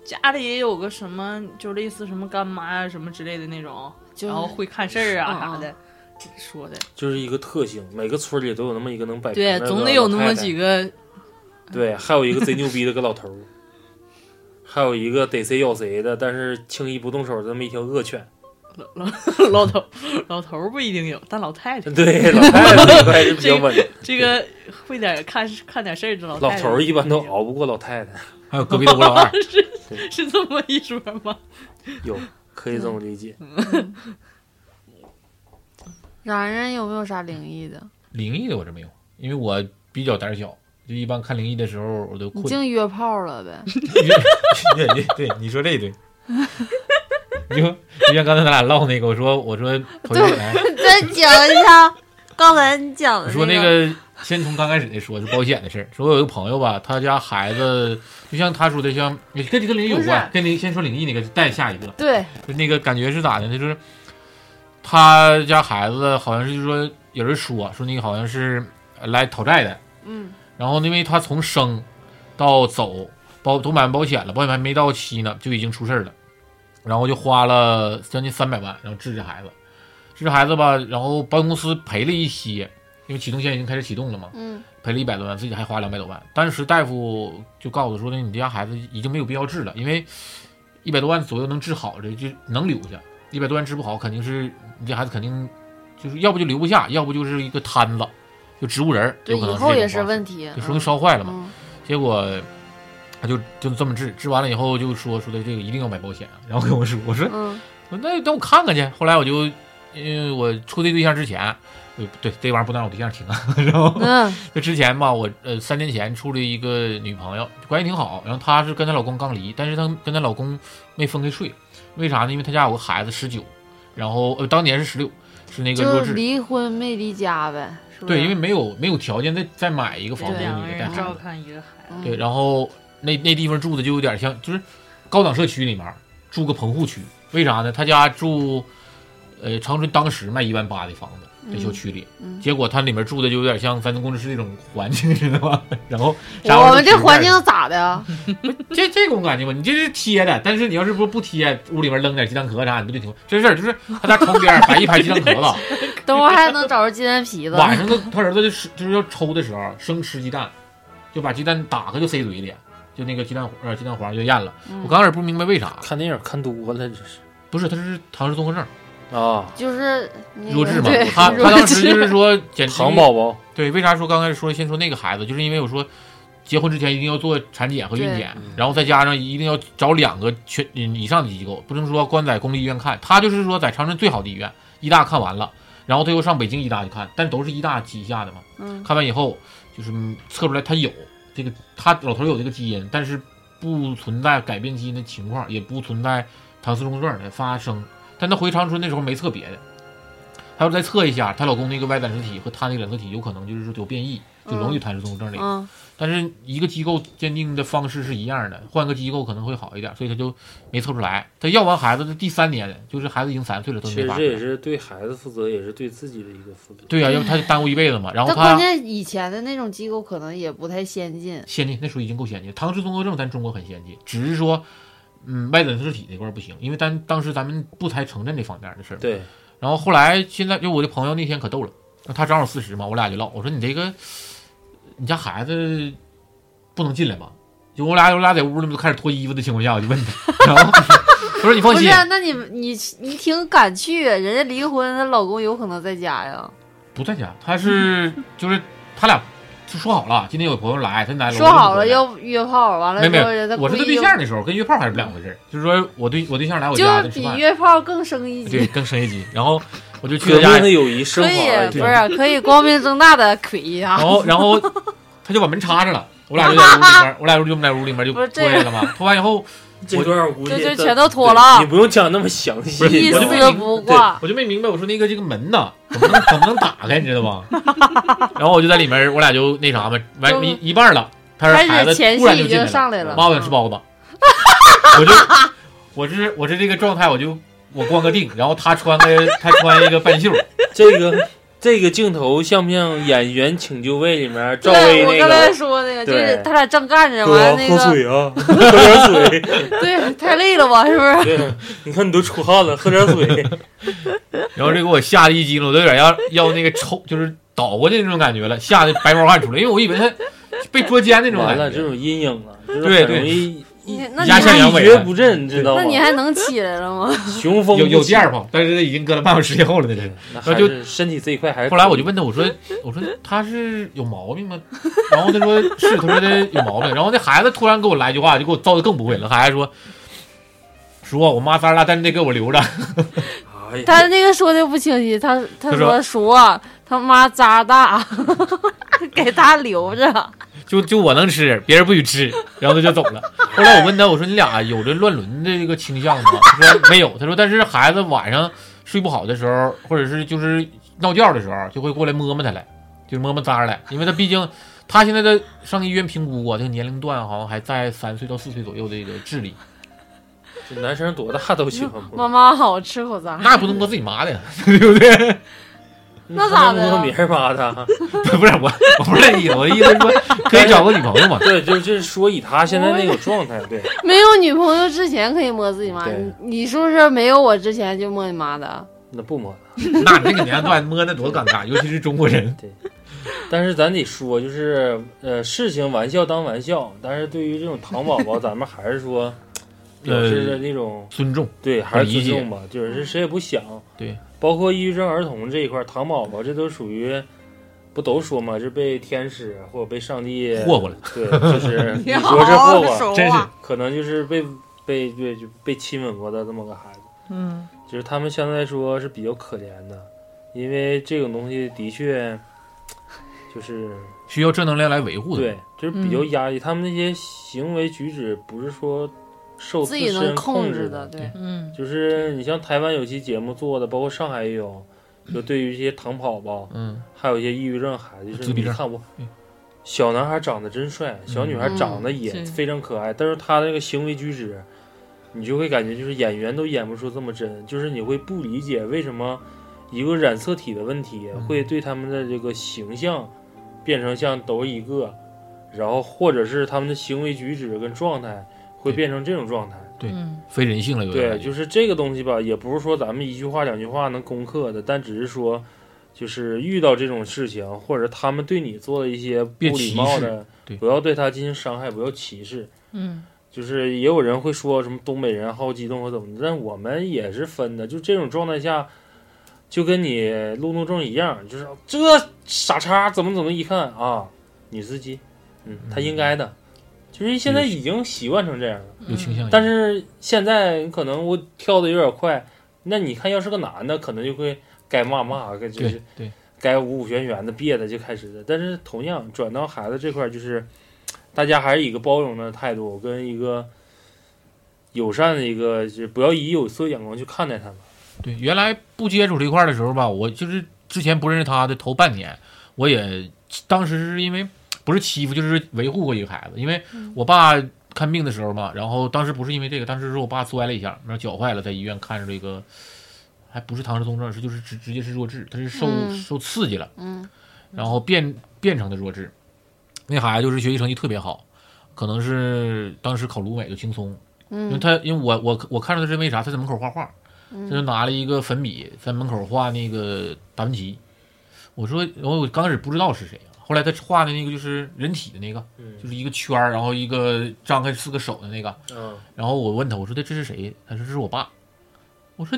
[SPEAKER 6] 家里也有个什么就类似什么干妈呀、什么之类的那种，
[SPEAKER 4] 就
[SPEAKER 6] 然后
[SPEAKER 4] 是
[SPEAKER 6] 会看事儿啊
[SPEAKER 4] 嗯
[SPEAKER 6] 啥
[SPEAKER 4] 嗯
[SPEAKER 6] 的，说的。
[SPEAKER 2] 就是一个特性，每个村里都有那么一个哎能摆平
[SPEAKER 6] 对，
[SPEAKER 2] 的
[SPEAKER 6] 总
[SPEAKER 2] 老
[SPEAKER 6] 得有那
[SPEAKER 2] 太
[SPEAKER 6] 么
[SPEAKER 2] 太
[SPEAKER 6] 几 个
[SPEAKER 2] 对，还有一个贼牛逼的个老头儿， 还有一个逮谁咬谁的，但是轻易不动手的那么一条恶犬。
[SPEAKER 6] 老老老头老头儿不一定有，但老太太
[SPEAKER 2] 对，老太太这一块是比较稳的，
[SPEAKER 6] 这个会点儿看看点事儿 的老
[SPEAKER 2] 老
[SPEAKER 6] 太太
[SPEAKER 2] 头儿一般都熬不过老太太。
[SPEAKER 3] 还有隔壁的吴老 二，
[SPEAKER 6] 是这么一说吗？
[SPEAKER 2] 有，可以这么理解。
[SPEAKER 6] 嗯
[SPEAKER 4] 男人有没有啥灵异的？
[SPEAKER 3] 灵异的我这没有，因为我比较胆小，就一般看灵异的时候我都
[SPEAKER 4] 你
[SPEAKER 3] 困。
[SPEAKER 4] 净约炮了 呗？
[SPEAKER 3] 对对对，你说这一对，你说就像刚才咱俩唠那个，我说我说头一来，
[SPEAKER 4] 再讲一下刚才你讲
[SPEAKER 3] 我说那个先从刚开始的说，就保险的事儿。说我有个朋友吧，他家孩子就像他说的，像也跟这个灵异有关，跟灵先说灵异那个带下一个，
[SPEAKER 4] 对，
[SPEAKER 3] 就那个感觉是咋的呢？就是他家孩子好像是就说有人说说那个好像是来讨债的，
[SPEAKER 4] 嗯，
[SPEAKER 3] 然后因为他从生到走保都买完保险了，保险还没到期呢，就已经出事儿了，然后就花了将近三百万，然后治这孩子，治这孩子吧，然后保险公司赔了一些，因为启动线已经开始启动了嘛，
[SPEAKER 4] 嗯，
[SPEAKER 3] 赔了一百多万，自己还花两百多万。当时大夫就告诉我说呢，你这家孩子已经没有必要治了，因为一百多万左右能治好的就能留下，一百多万治不好肯定是你这孩子肯定就是要不就留不下，要不就是一个摊子，就植物人儿，
[SPEAKER 4] 对，
[SPEAKER 3] 有可
[SPEAKER 4] 以
[SPEAKER 3] 能
[SPEAKER 4] 后也是
[SPEAKER 3] 是
[SPEAKER 4] 问题。
[SPEAKER 3] 就说都烧坏了嘛。
[SPEAKER 4] 嗯，
[SPEAKER 3] 结果他就就这么治，治完了以后就说说的这个一定要买保险啊，然后跟我说，我说
[SPEAKER 4] 嗯，
[SPEAKER 3] 我说那等我看看去。后来我就因为我处对对象之前，呃对这玩意儿不能让我对象听啊， 然后
[SPEAKER 4] 嗯，
[SPEAKER 3] 就之前吧，我呃三年前处了一个女朋友，关系挺好。然后她是跟她老公刚离，但是她跟她老公没分开睡，为啥呢？因为她家有个孩子十九，然后呃当年是十六，是那个弱
[SPEAKER 4] 嗯就是
[SPEAKER 3] 智。
[SPEAKER 4] 离婚没离家呗，是不是？
[SPEAKER 3] 对，因为没有没有条件再再买一个房子，
[SPEAKER 4] 对啊哎
[SPEAKER 3] 女
[SPEAKER 6] 两
[SPEAKER 3] 的带
[SPEAKER 6] 个人
[SPEAKER 3] 孩
[SPEAKER 6] 照
[SPEAKER 3] 子。
[SPEAKER 6] 看一个孩
[SPEAKER 4] 嗯
[SPEAKER 3] 对，然后那那地方住的就有点像，就是高档社区里面住个棚户区，为啥呢？他家住，呃，长春当时卖一万八的房子，在小区里，
[SPEAKER 4] 嗯
[SPEAKER 3] 结果他里面住的就有点像咱工作室那种环境， 知道吗？然后啥玩意儿
[SPEAKER 4] 我们
[SPEAKER 3] 都
[SPEAKER 4] 这
[SPEAKER 3] 贴
[SPEAKER 4] 环
[SPEAKER 3] 着
[SPEAKER 4] 境咋的啊？
[SPEAKER 3] 这这种感觉吧，你这是贴的，但是你要是不不贴，屋里面扔点鸡蛋壳啥，你不就挺真事儿？就是他家床边儿摆一排鸡蛋壳子，
[SPEAKER 4] 等会儿还能找着鸡蛋皮子。
[SPEAKER 3] 晚上他他儿子就是就是要抽的时候生吃鸡蛋，就把鸡蛋打开就塞嘴里，就那个鸡蛋呃鸡蛋黄就咽了。
[SPEAKER 4] 嗯
[SPEAKER 3] 我刚开始不明白为啥，
[SPEAKER 2] 看电影看多了，这是
[SPEAKER 3] 不是他是唐氏综合症
[SPEAKER 2] 啊，
[SPEAKER 4] 就是那个
[SPEAKER 3] 弱智嘛
[SPEAKER 4] 对，
[SPEAKER 3] 他他
[SPEAKER 4] 弱
[SPEAKER 3] 当时
[SPEAKER 4] 智
[SPEAKER 3] 就是说简直
[SPEAKER 2] 糖宝宝
[SPEAKER 3] 对，为啥说刚开始说先说那个孩子，就是因为我说结婚之前一定要做产检和孕检，然后再加上一定要找两个全嗯以上的机构，不能说光在公立医院看。他就是说在长春最好的医院，医大看完了，然后他又上北京医大去看，但都是医大旗下的嘛。
[SPEAKER 4] 嗯
[SPEAKER 3] 看完以后就是嗯测出来他有这个，他老头有这个基因，但是不存在改变基因的情况，也不存在唐氏综合症的发生。但他回长春那时候没测别的，她要再测一下，她老公那个 Y 染色体和她那个染色体有可能就是说有变异，就容易有痰湿综合症这个。
[SPEAKER 4] 嗯，
[SPEAKER 3] 但是一个机构鉴定的方式是一样的，换个机构可能会好一点，所以她就没测出来。她要完孩子的第三年，就是孩子已经三岁了，都
[SPEAKER 2] 其
[SPEAKER 3] 没
[SPEAKER 2] 实
[SPEAKER 3] 发
[SPEAKER 2] 这也
[SPEAKER 3] 现。
[SPEAKER 2] 是对孩子负责，也是对自己的一个负责。
[SPEAKER 3] 对呀、要不她就耽误一辈子嘛。然后
[SPEAKER 4] 但关
[SPEAKER 3] 她
[SPEAKER 4] 键以前的那种机构可能也不太先进，
[SPEAKER 3] 先进，那时候已经够先进。唐氏综合症咱中国很先进，只是说，嗯，外染色体那块儿不行，因为咱当时咱们不太承认这方面的事儿。
[SPEAKER 2] 对，
[SPEAKER 3] 然后后来现在就我的朋友那天可逗了，他正好四十嘛，我俩就唠，我说你这个，你家孩子不能进来吗？就我俩我俩在屋里面都开始脱衣服的情况下，我就问他，然后我说你放
[SPEAKER 4] 不是
[SPEAKER 3] 心，
[SPEAKER 4] 啊？那你你你挺敢去，人家离婚，她老公有可能在家呀。
[SPEAKER 3] 不在家，他是就是他俩就说好了，今天有朋友来，他来
[SPEAKER 4] 说好了要约炮，完了
[SPEAKER 3] 没
[SPEAKER 4] 之
[SPEAKER 3] 没
[SPEAKER 4] 后人家
[SPEAKER 3] 有，我
[SPEAKER 4] 故
[SPEAKER 3] 是他
[SPEAKER 4] 意
[SPEAKER 3] 对象的时候跟约炮还是不两回事儿，就是说我对我对象来我
[SPEAKER 4] 就
[SPEAKER 3] 家
[SPEAKER 4] 是
[SPEAKER 3] 就吃
[SPEAKER 4] 比
[SPEAKER 3] 饭，
[SPEAKER 4] 约炮更生一
[SPEAKER 3] 对
[SPEAKER 4] 级，
[SPEAKER 3] 更深一级，然后我就去
[SPEAKER 2] 革
[SPEAKER 3] 他家
[SPEAKER 2] 命的友谊升
[SPEAKER 4] 可
[SPEAKER 2] 华
[SPEAKER 4] 以
[SPEAKER 2] 了一
[SPEAKER 4] 不
[SPEAKER 2] 下。
[SPEAKER 4] 是可以光明正大的 亏一下
[SPEAKER 3] 然。后然后他就把门插上了，我俩就在屋里面，我俩就在屋里面就
[SPEAKER 4] 不
[SPEAKER 3] 过
[SPEAKER 4] 是这个
[SPEAKER 3] 来了嘛。脱完以后，
[SPEAKER 2] 这段我估计
[SPEAKER 4] 这就
[SPEAKER 2] 他
[SPEAKER 4] 全都脱了
[SPEAKER 2] 对你不用讲那么详细，
[SPEAKER 3] 不是
[SPEAKER 2] 你
[SPEAKER 4] 一
[SPEAKER 2] 知道吗
[SPEAKER 4] 丝不
[SPEAKER 3] 对
[SPEAKER 4] 挂，
[SPEAKER 3] 我就没明白，我说那个这个门呐，怎么能怎么能打开，你知道吗？ 然后我就在里面，我俩就那啥嘛，完一一半了，他
[SPEAKER 4] 开
[SPEAKER 3] 说孩
[SPEAKER 4] 始
[SPEAKER 3] 子
[SPEAKER 4] 前
[SPEAKER 3] 突然
[SPEAKER 4] 戏
[SPEAKER 3] 就
[SPEAKER 4] 已
[SPEAKER 3] 进
[SPEAKER 4] 经
[SPEAKER 3] 来了，
[SPEAKER 4] 上来了。嗯
[SPEAKER 3] 妈我想吃包子，我就我是我是这个状态，我就我光个腚，然后他穿个他穿一个半袖，
[SPEAKER 2] 这个这个镜头像不像《演员请就位》里面赵薇
[SPEAKER 4] 对，我
[SPEAKER 2] 那
[SPEAKER 4] 刚才
[SPEAKER 2] 个？
[SPEAKER 4] 说那个，就
[SPEAKER 2] 对
[SPEAKER 4] 是他俩正干着，完了那个，
[SPEAKER 2] 啊，喝点水。
[SPEAKER 4] 对，太累了吧，是不是？
[SPEAKER 2] 对，你看你都出汗了，喝点水。
[SPEAKER 3] 然后这给我吓得一激灵，我都有点要要那个抽，就是倒过去那种感觉了，吓得白毛汗出来，因为我以为他被捉奸那种
[SPEAKER 2] 完
[SPEAKER 3] 感觉
[SPEAKER 2] 了，。这种阴影啊，就是
[SPEAKER 3] 对
[SPEAKER 2] 很
[SPEAKER 3] 对
[SPEAKER 2] 容易
[SPEAKER 4] 你
[SPEAKER 2] 一
[SPEAKER 4] 那你
[SPEAKER 3] 压下阳
[SPEAKER 2] 一
[SPEAKER 3] 痿
[SPEAKER 2] 蹶
[SPEAKER 3] 了
[SPEAKER 2] 不振，你知道吗
[SPEAKER 4] 那？你还能起来了 吗？
[SPEAKER 2] 雄风
[SPEAKER 3] 有有
[SPEAKER 2] 不起
[SPEAKER 3] 第二炮，但是已经搁了半小时以后了，那是。
[SPEAKER 2] 那
[SPEAKER 3] 然
[SPEAKER 2] 还
[SPEAKER 3] 后就是
[SPEAKER 2] 身体这一块还是
[SPEAKER 3] 后来我就问他，我说我说他是有毛病吗？然后他说是，他说他有毛病。然后那孩子突然给我来一句话，就给我造的更不会了。孩子说叔，我妈三辣但是得给我留着。
[SPEAKER 2] 哎呀
[SPEAKER 4] 他那个说的不清晰，他
[SPEAKER 3] 他
[SPEAKER 4] 他
[SPEAKER 3] 说
[SPEAKER 4] 说叔啊，他妈渣大， 给他留着。
[SPEAKER 3] 就就我能吃，别人不许吃，然后他就走了。后来我问他，我说你俩有这乱伦的这个倾向吗？他说没有。他说但是孩子晚上睡不好的时候，或者是就是闹觉的时候，就会过来摸摸他来，就摸摸渣来，因为他毕竟他现在在上医院评估啊，这个年龄段好像还在三岁到四岁左右的这个智力，
[SPEAKER 2] 这男生多大都喜欢摸
[SPEAKER 4] 妈，妈好，吃口渣。
[SPEAKER 3] 那也不能摸自己妈的呀， 对不对？
[SPEAKER 4] 那咋的呀
[SPEAKER 2] 摸别人妈的？
[SPEAKER 3] 不是我，我不是这意思，我的意思是说可以找个女朋友 嘛。
[SPEAKER 2] 对，就就是说以他现在那种状态，对，
[SPEAKER 4] 没有女朋友之前可以摸自己妈，
[SPEAKER 2] 对
[SPEAKER 4] 你你是不是没有我之前就摸你妈的？
[SPEAKER 2] 那不摸了。
[SPEAKER 3] 那你这个年龄段摸那多尴尬，尤其是中国人。
[SPEAKER 2] 但是咱得说，就是呃，事情玩笑当玩笑，但是对于这种糖宝宝，咱们还是说表示的那种
[SPEAKER 3] 尊重，
[SPEAKER 2] 对，还是
[SPEAKER 3] 呃理
[SPEAKER 2] 尊
[SPEAKER 3] 解
[SPEAKER 2] 重吧，就是谁也不想。
[SPEAKER 3] 对，
[SPEAKER 2] 包括抑郁症儿童这一块儿，糖宝宝这都属于。不都说嘛，是被天使或者被上帝
[SPEAKER 3] 霍霍了，
[SPEAKER 2] 对， 就是你说是霍霍，
[SPEAKER 3] 真是。
[SPEAKER 2] 可能就是被被对就被亲吻过的这么个孩子。
[SPEAKER 5] 嗯，
[SPEAKER 2] 就是他们相对来说是比较可怜的，因为这种东西的确就是
[SPEAKER 3] 需要正能量来维护的。
[SPEAKER 2] 对，就是比
[SPEAKER 4] 嗯
[SPEAKER 2] 较压抑。他们那些行为举止不是说受
[SPEAKER 4] 自
[SPEAKER 2] 自
[SPEAKER 4] 己能
[SPEAKER 2] 身
[SPEAKER 4] 控制
[SPEAKER 2] 制
[SPEAKER 4] 的，，对，
[SPEAKER 6] 嗯，
[SPEAKER 2] 就是你像台湾有期节目做的，包括上海也有，就对于一些糖宝宝，
[SPEAKER 3] 嗯，
[SPEAKER 2] 还有一些抑郁症孩子，就是
[SPEAKER 3] 自闭
[SPEAKER 2] 你
[SPEAKER 3] 症
[SPEAKER 2] 看我
[SPEAKER 3] 嗯。
[SPEAKER 2] 小男孩长得真帅，小女孩长得也
[SPEAKER 6] 嗯
[SPEAKER 2] 非常可爱，但是他那个行为举止，你就会感觉就是演员都演不出这么真，就是你会不理解为什么一个染色体的问题
[SPEAKER 3] 嗯
[SPEAKER 2] 会对他们的这个形象变成像都是一个，然后或者是他们的行为举止跟状态会
[SPEAKER 3] 对
[SPEAKER 2] 变成这种状态。
[SPEAKER 6] 嗯，
[SPEAKER 3] 非人性了，有点
[SPEAKER 2] 对，
[SPEAKER 3] 感觉。
[SPEAKER 2] 就是这个东西吧，也不是说咱们一句话两句话能攻克的，但只是说，就是遇到这种事情，或者他们对你做了一些不
[SPEAKER 3] 别
[SPEAKER 2] 礼
[SPEAKER 3] 歧
[SPEAKER 2] 貌
[SPEAKER 3] 视
[SPEAKER 2] 的
[SPEAKER 3] 对，
[SPEAKER 2] 不要对他进行伤害，不要歧视。
[SPEAKER 6] 嗯，
[SPEAKER 2] 就是也有人会说什么东北人好激动或怎么的，但我们也是分的，就这种状态下。就跟你路怒症一样，就是这傻叉怎么怎么一看啊，女司机，嗯，他应该的，就是现在已经习惯成这样了。
[SPEAKER 3] 有倾向性，
[SPEAKER 2] 但是现在可能我跳的有点快，那你看要是个男的，可能就会该骂骂，该就
[SPEAKER 3] 对
[SPEAKER 2] 是
[SPEAKER 3] 对，
[SPEAKER 2] 该五五玄玄的别的就开始的。但是同样转到孩子这块儿，就是大家还是以一个包容的态度跟一个友善的一个，就是不要以有色眼光去看待他们。
[SPEAKER 3] 对，原来不接触这一块儿的时候吧，我就是之前不认识他的头半年，我也当时是因为不是欺负，就是维护过一个孩子，因为我爸看病的时候嘛，然后当时不是因为这个，当时是我爸摔了一下，然后脚坏了，在医院看着这个，还不是唐氏综合症，是就是直直接是弱智，他是受、
[SPEAKER 4] 嗯
[SPEAKER 3] 受刺激了，
[SPEAKER 4] 嗯，
[SPEAKER 3] 然后变变成的弱智。那孩子就是学习成绩特别好，可能是当时考鲁美就轻松，因为
[SPEAKER 4] 嗯
[SPEAKER 3] 他因为我我我看着他是因为啥？他在门口画画，他就拿了一个粉笔在门口画那个达芬奇。我说，然后我刚开始不知道是谁啊，后来他画的那个就是人体的那个，
[SPEAKER 6] 嗯
[SPEAKER 3] 就是一个圈儿，然后一个张开四个手的那个。
[SPEAKER 2] 嗯，
[SPEAKER 3] 然后我问他，我说这这是谁？他说这是我爸。我说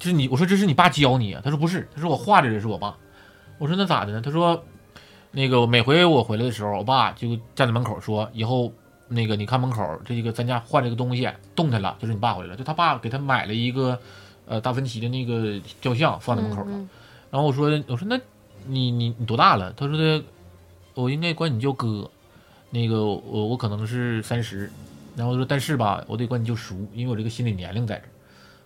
[SPEAKER 3] 这是你，我说这是你爸教你啊？他说不是，他说我画的人是我爸。我说那咋的呢？他说那个每回我回来的时候，我爸就站在门口说，以后那个你看门口这个咱家换这个东西啊动弹了，就是你爸回来了，就他爸给他买了一个呃达芬奇的那个雕像放在门口了。
[SPEAKER 4] 嗯
[SPEAKER 3] 然后我说我说那你你你多大了？他说的我应该管你叫哥，那个我我可能是三十，然后我说但是吧，我得管你叫叔，因为我这个心理年龄在这儿。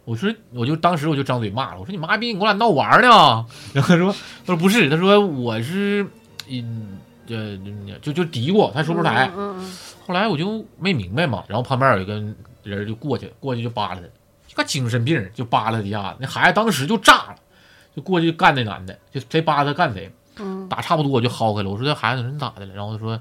[SPEAKER 3] 我说我就当时我就张嘴骂了，我说你妈逼，你跟我俩闹玩儿呢？ 然后他说他说不是，他说我是嗯呃就就嘀咕，他说不出来。
[SPEAKER 4] 嗯嗯
[SPEAKER 3] 后来我就没明白嘛，然后旁边有一个人就过去，过去就扒拉他，这个精神病儿就扒拉他一下子，那孩子当时就炸了，就过去干那男的，就谁扒拉他干谁，
[SPEAKER 4] 嗯
[SPEAKER 3] 打差不多我就薅开了，我说这孩子你咋的了？然后他说，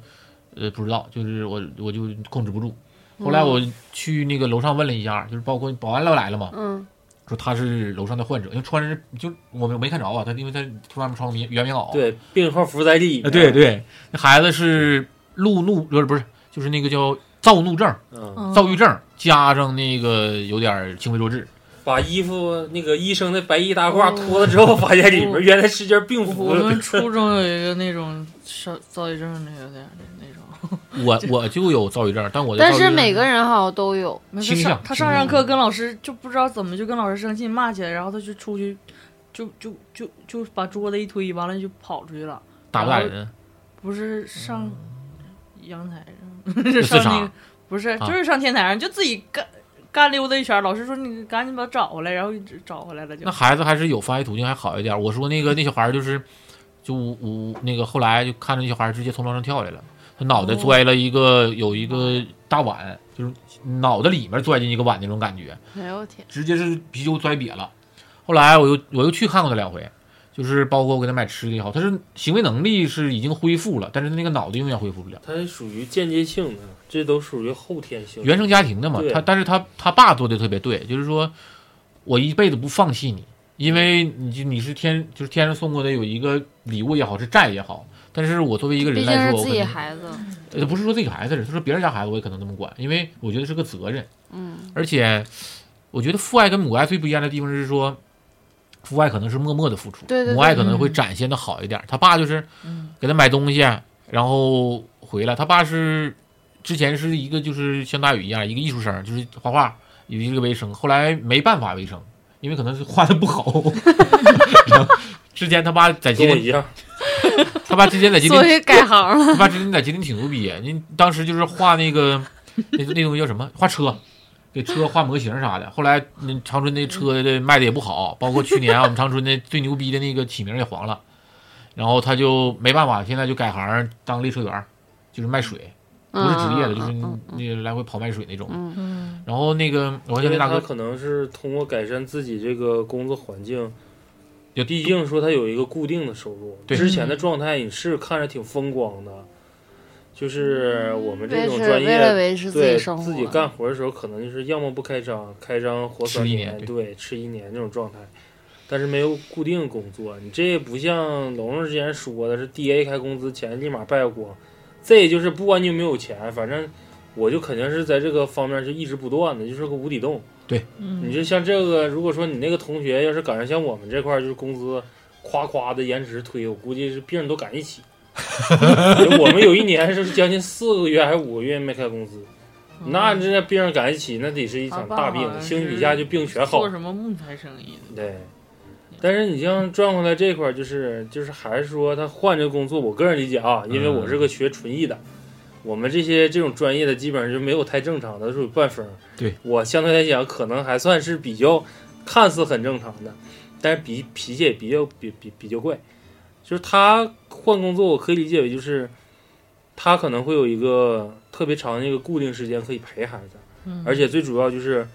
[SPEAKER 3] 呃不知道，就是我我就控制不住。后来我去那个楼上问了一下，就是包括保安老来了嘛，
[SPEAKER 4] 嗯
[SPEAKER 3] 说他是楼上的患者，因为穿着就我没没看着啊，他因为他从外面穿个棉圆棉袄，
[SPEAKER 2] 对，病号伏在地里面，
[SPEAKER 3] 啊，对对，那孩子是路怒不是不是，就是那个叫躁怒症。
[SPEAKER 2] 嗯，
[SPEAKER 3] 躁郁症加上那个有点儿轻微弱智，
[SPEAKER 2] 把衣服那个医生的白衣大褂脱了之后，发现里面原来是件病
[SPEAKER 6] 我
[SPEAKER 2] 服。
[SPEAKER 6] 们初中有一个那种少躁郁症的有点那种，
[SPEAKER 3] 我我就有躁郁症，但我的
[SPEAKER 4] 但
[SPEAKER 3] 躁郁
[SPEAKER 4] 是
[SPEAKER 3] 症
[SPEAKER 4] 每个人好像都有，
[SPEAKER 6] 没
[SPEAKER 3] 倾
[SPEAKER 6] 他上
[SPEAKER 3] 向
[SPEAKER 6] 他上上课跟老师就不知道怎么就跟老师生气骂起来，然后他就出去，就就就就把桌子一推，完了就跑出去了，
[SPEAKER 3] 打不打人？
[SPEAKER 6] 不是上阳台
[SPEAKER 3] 这 自
[SPEAKER 6] 上，上
[SPEAKER 3] 杀
[SPEAKER 6] 那个不是
[SPEAKER 3] 啊
[SPEAKER 6] 就是上天台上就自己干干溜达一圈，老师说你赶紧把他找回来，然后一直找回来了就
[SPEAKER 3] 那。孩子还是有发育途径还好一点儿。我说那个那小孩儿就是，就我我那个后来就看着那小孩儿直接从楼上跳下来了，他脑袋摔了一个、有一个大碗，就是脑袋里面钻进一个碗那种感觉，
[SPEAKER 4] 哎呦我天，
[SPEAKER 3] 直接是啤酒摔瘪了。后来我又我又去看过他两回，就是包括我给他买吃的也好，他是行为能力是已经恢复了，但是他那个脑袋永远恢复不了。
[SPEAKER 2] 它属于间接性的，这都属于后天性的。
[SPEAKER 3] 原生家庭的嘛
[SPEAKER 2] 对，
[SPEAKER 3] 他但是他他爸做的特别对，就是说我一辈子不放弃你，因为你就你是天就是天上送过的有一个礼物也好，是债也好，但是我作为一个人
[SPEAKER 4] 毕竟
[SPEAKER 3] 来
[SPEAKER 4] 是
[SPEAKER 3] 说，我
[SPEAKER 4] 自
[SPEAKER 3] 可
[SPEAKER 4] 己
[SPEAKER 3] 能
[SPEAKER 4] 孩子，
[SPEAKER 3] 呃不是说自己孩子是，他说别人家孩子我也可能这么管，因为我觉得是个责任，
[SPEAKER 4] 嗯
[SPEAKER 3] 而且我觉得父爱跟母爱最不一样的地方是说。父爱可能是默默的付出，
[SPEAKER 4] 对对对嗯
[SPEAKER 3] 母爱可能会展现的好一点。他爸就是给他买东西，啊然后回来。他爸是之前是一个就是像大宇一样一个艺术生，就是画画，以这个为生。后来没办法为生，因为可能是画的不好。 然后之前他爸在吉
[SPEAKER 2] 跟我一
[SPEAKER 3] 林，
[SPEAKER 2] 样，
[SPEAKER 3] 他爸之前在吉林
[SPEAKER 4] 所以改行了，
[SPEAKER 3] 他爸之前在吉林挺牛逼，您当时就是画那个那那东西叫什么？画车，给车画模型啥的。后来那长春那车
[SPEAKER 4] 嗯
[SPEAKER 3] 的卖的也不好，包括去年啊我们长春那最牛逼的那个起名也黄了，然后他就没办法，现在就改行当列车员儿，就是卖水， 不是职业的，就是
[SPEAKER 4] 嗯
[SPEAKER 3] 那个来回跑卖水那种。
[SPEAKER 4] 嗯嗯
[SPEAKER 6] 嗯，
[SPEAKER 3] 然后那个我看
[SPEAKER 2] 因
[SPEAKER 3] 见
[SPEAKER 2] 为
[SPEAKER 3] 那大
[SPEAKER 2] 他
[SPEAKER 3] 哥
[SPEAKER 2] 可能是通过改善自己这个工作环境，
[SPEAKER 3] 有
[SPEAKER 2] 毕竟说他有一个固定的收入。
[SPEAKER 3] 对
[SPEAKER 2] 之前的状态你是看着挺风光的，就是我们这
[SPEAKER 4] 维
[SPEAKER 2] 种
[SPEAKER 4] 持
[SPEAKER 2] 专
[SPEAKER 4] 为了
[SPEAKER 2] 业，
[SPEAKER 4] 维持自
[SPEAKER 2] 对
[SPEAKER 4] 己生活，
[SPEAKER 2] 自己干活的时候，可能就是要么不开张，开张活三
[SPEAKER 3] 吃一
[SPEAKER 2] 年，
[SPEAKER 3] 年
[SPEAKER 2] 对，吃一年那种状态。但是没有固定工作，你这不像龙龙之前说的是 DA 开工资前立马败光，这就是不管你有没有钱，反正我就肯定是在这个方面是一直不断的，就是个无底洞。你
[SPEAKER 6] 嗯，
[SPEAKER 2] 就像这个，如果说你那个同学要是赶上像我们这块儿，就是工资夸夸的延迟推，我估计是病都赶一 起。就我们有一年是将近四个月还是五个月没开工资，那这病赶一起，那得是一场大
[SPEAKER 6] 哦好吧好
[SPEAKER 2] 病，
[SPEAKER 6] 像
[SPEAKER 2] 兴许一下就病全好
[SPEAKER 6] 做。什么木材生意的？
[SPEAKER 2] 对，但是你像转回来这块儿，就是就是还是说他换这个工作，我个人理解啊，因为我是个学纯艺的，我们这些这种专业的基本上就没有太正常的，属于半分儿。
[SPEAKER 3] 对
[SPEAKER 2] 我相对来讲，可能还算是比较看似很正常的，但是脾脾气也比较比比比较怪。就是他换工作，我可以理解为就是他可能会有一个特别长的一个固定时间可以陪孩子，
[SPEAKER 6] 嗯
[SPEAKER 2] 而且最主要就是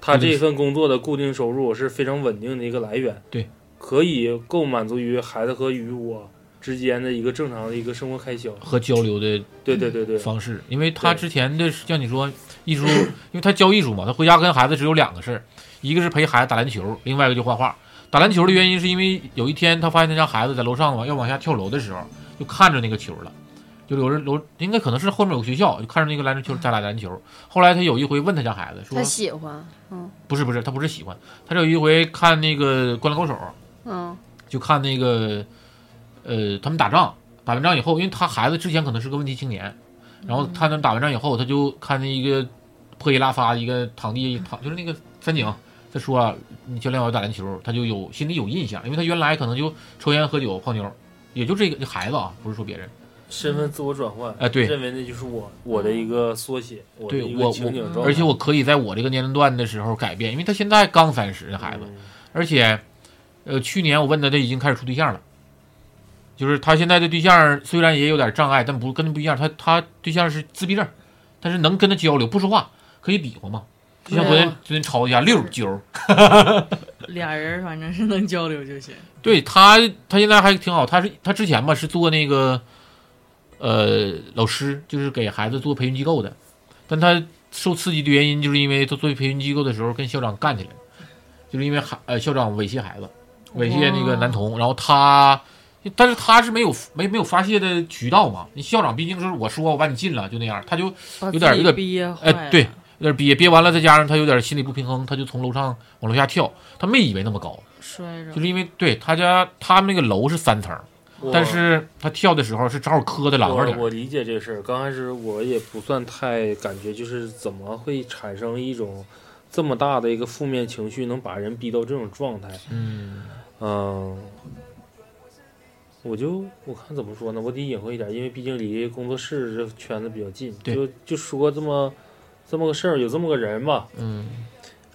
[SPEAKER 2] 他这份工作的固定收入是非常稳定的一个来源，
[SPEAKER 3] 对，
[SPEAKER 2] 可以够满足于孩子和与我之间的一个正常的一个生活开销。
[SPEAKER 3] 和交流的
[SPEAKER 2] 对对对对，
[SPEAKER 3] 方式，因为他
[SPEAKER 2] 对
[SPEAKER 3] 之前的像你说艺术， 因为他教艺术嘛，他回家跟孩子只有两个事儿，一个是陪孩子打篮球，另外一个就画画。打篮球的原因是因为有一天他发现他家孩子在楼上往要往下跳楼的时候，就看着那个球了，就有人楼应该可能是后面有个学校，就看着那个篮球在打篮球。后来他有一回问他家孩子说
[SPEAKER 4] 他，喜欢，嗯
[SPEAKER 3] 不是不是，他不是喜欢，他有一回看那个《灌篮高手》，
[SPEAKER 4] 嗯
[SPEAKER 3] 就看那个，呃，他们打仗，打完仗以后，因为他孩子之前可能是个问题青年，然后他们打完仗以后，他就看见一个破衣拉撒一个躺地躺，就是那个三井，他说、啊、你教练我要打篮球，他就有心里有印象，因为他原来可能就抽烟喝酒泡妞，也就这个这孩子啊，不是说别人，
[SPEAKER 2] 身份自我转换，
[SPEAKER 3] 哎对
[SPEAKER 2] 认为那就是我我的一个缩写，我的
[SPEAKER 3] 对
[SPEAKER 2] 一
[SPEAKER 3] 我
[SPEAKER 2] 个情景状态，
[SPEAKER 3] 而且我可以在我这个年龄段的时候改变，因为他现在刚三十，那孩
[SPEAKER 2] 嗯
[SPEAKER 3] 子，而且，呃，去年我问他，他已经开始处对象了。就是他现在的对象虽然也有点障碍，但不跟他不一样。他他对象是自闭症，但是能跟他交流，不说话可以比划嘛。就像昨
[SPEAKER 2] 啊
[SPEAKER 3] 天
[SPEAKER 4] 对
[SPEAKER 3] 昨天吵一架，六九儿，
[SPEAKER 6] 俩人反正是能交流就行。
[SPEAKER 3] 对他他现在还挺好。他是他之前吧是做那个，呃，老师，就是给孩子做培训机构的。但他受刺激的原因，就是因为他做培训机构的时候跟校长干起来了，就是因为孩呃校长猥亵孩子，猥亵那个男童，然后他，但是他是没有没没有发泄的渠道嘛，你校长毕竟是我说我把你禁了就那样，他就
[SPEAKER 6] 把
[SPEAKER 3] 有点
[SPEAKER 6] 自己
[SPEAKER 3] 有点
[SPEAKER 6] 憋坏
[SPEAKER 3] 哎
[SPEAKER 6] 了。
[SPEAKER 3] 对，有点憋憋完了，再加上他有点心理不平衡，他就从楼上往楼下跳，他没以为那么高，
[SPEAKER 6] 摔着
[SPEAKER 3] 就。是因为对他家他们那个楼是三层，
[SPEAKER 2] 我
[SPEAKER 3] 但是他跳的时候是正好磕的狼着
[SPEAKER 2] 我
[SPEAKER 3] 点儿，
[SPEAKER 2] 我理解这事儿，刚开始我也不算太感觉，就是怎么会产生一种这么大的一个负面情绪，能把人逼到这种状态？
[SPEAKER 3] 嗯，
[SPEAKER 2] 嗯，我就我看怎么说呢，我得隐晦一点，因为毕竟离工作室这圈子比较近，
[SPEAKER 3] 对
[SPEAKER 2] 就就说这么这么个事儿，有这么个人嘛，
[SPEAKER 3] 嗯，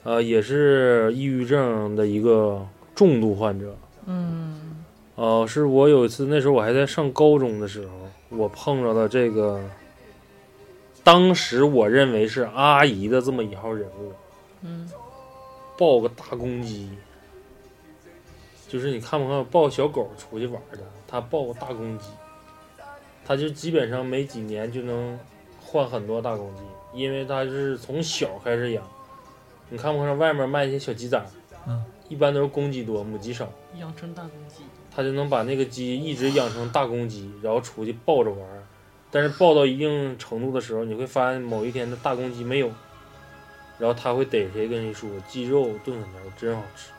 [SPEAKER 2] 呃，也是抑郁症的一个重度患者，
[SPEAKER 6] 嗯，
[SPEAKER 2] 呃，是我有一次，那时候我还在上高中的时候，我碰着了这个，当时我认为是阿姨的这么一号人物，
[SPEAKER 6] 嗯，
[SPEAKER 2] 抱个大公鸡，就是你看没看抱小狗出去玩的，他抱个大公鸡，他就基本上每几年就能换很多大公鸡，因为他是从小开始养。你看不看外面卖一些小鸡仔儿，
[SPEAKER 3] 嗯
[SPEAKER 2] 一般都是公鸡多，母鸡少。
[SPEAKER 6] 养成大公鸡。
[SPEAKER 2] 他就能把那个鸡一直养成大公鸡，然后出去抱着玩儿。但是抱到一定程度的时候，你会发现某一天的大公鸡没有，然后他会逮谁跟谁说鸡肉炖粉条真好吃，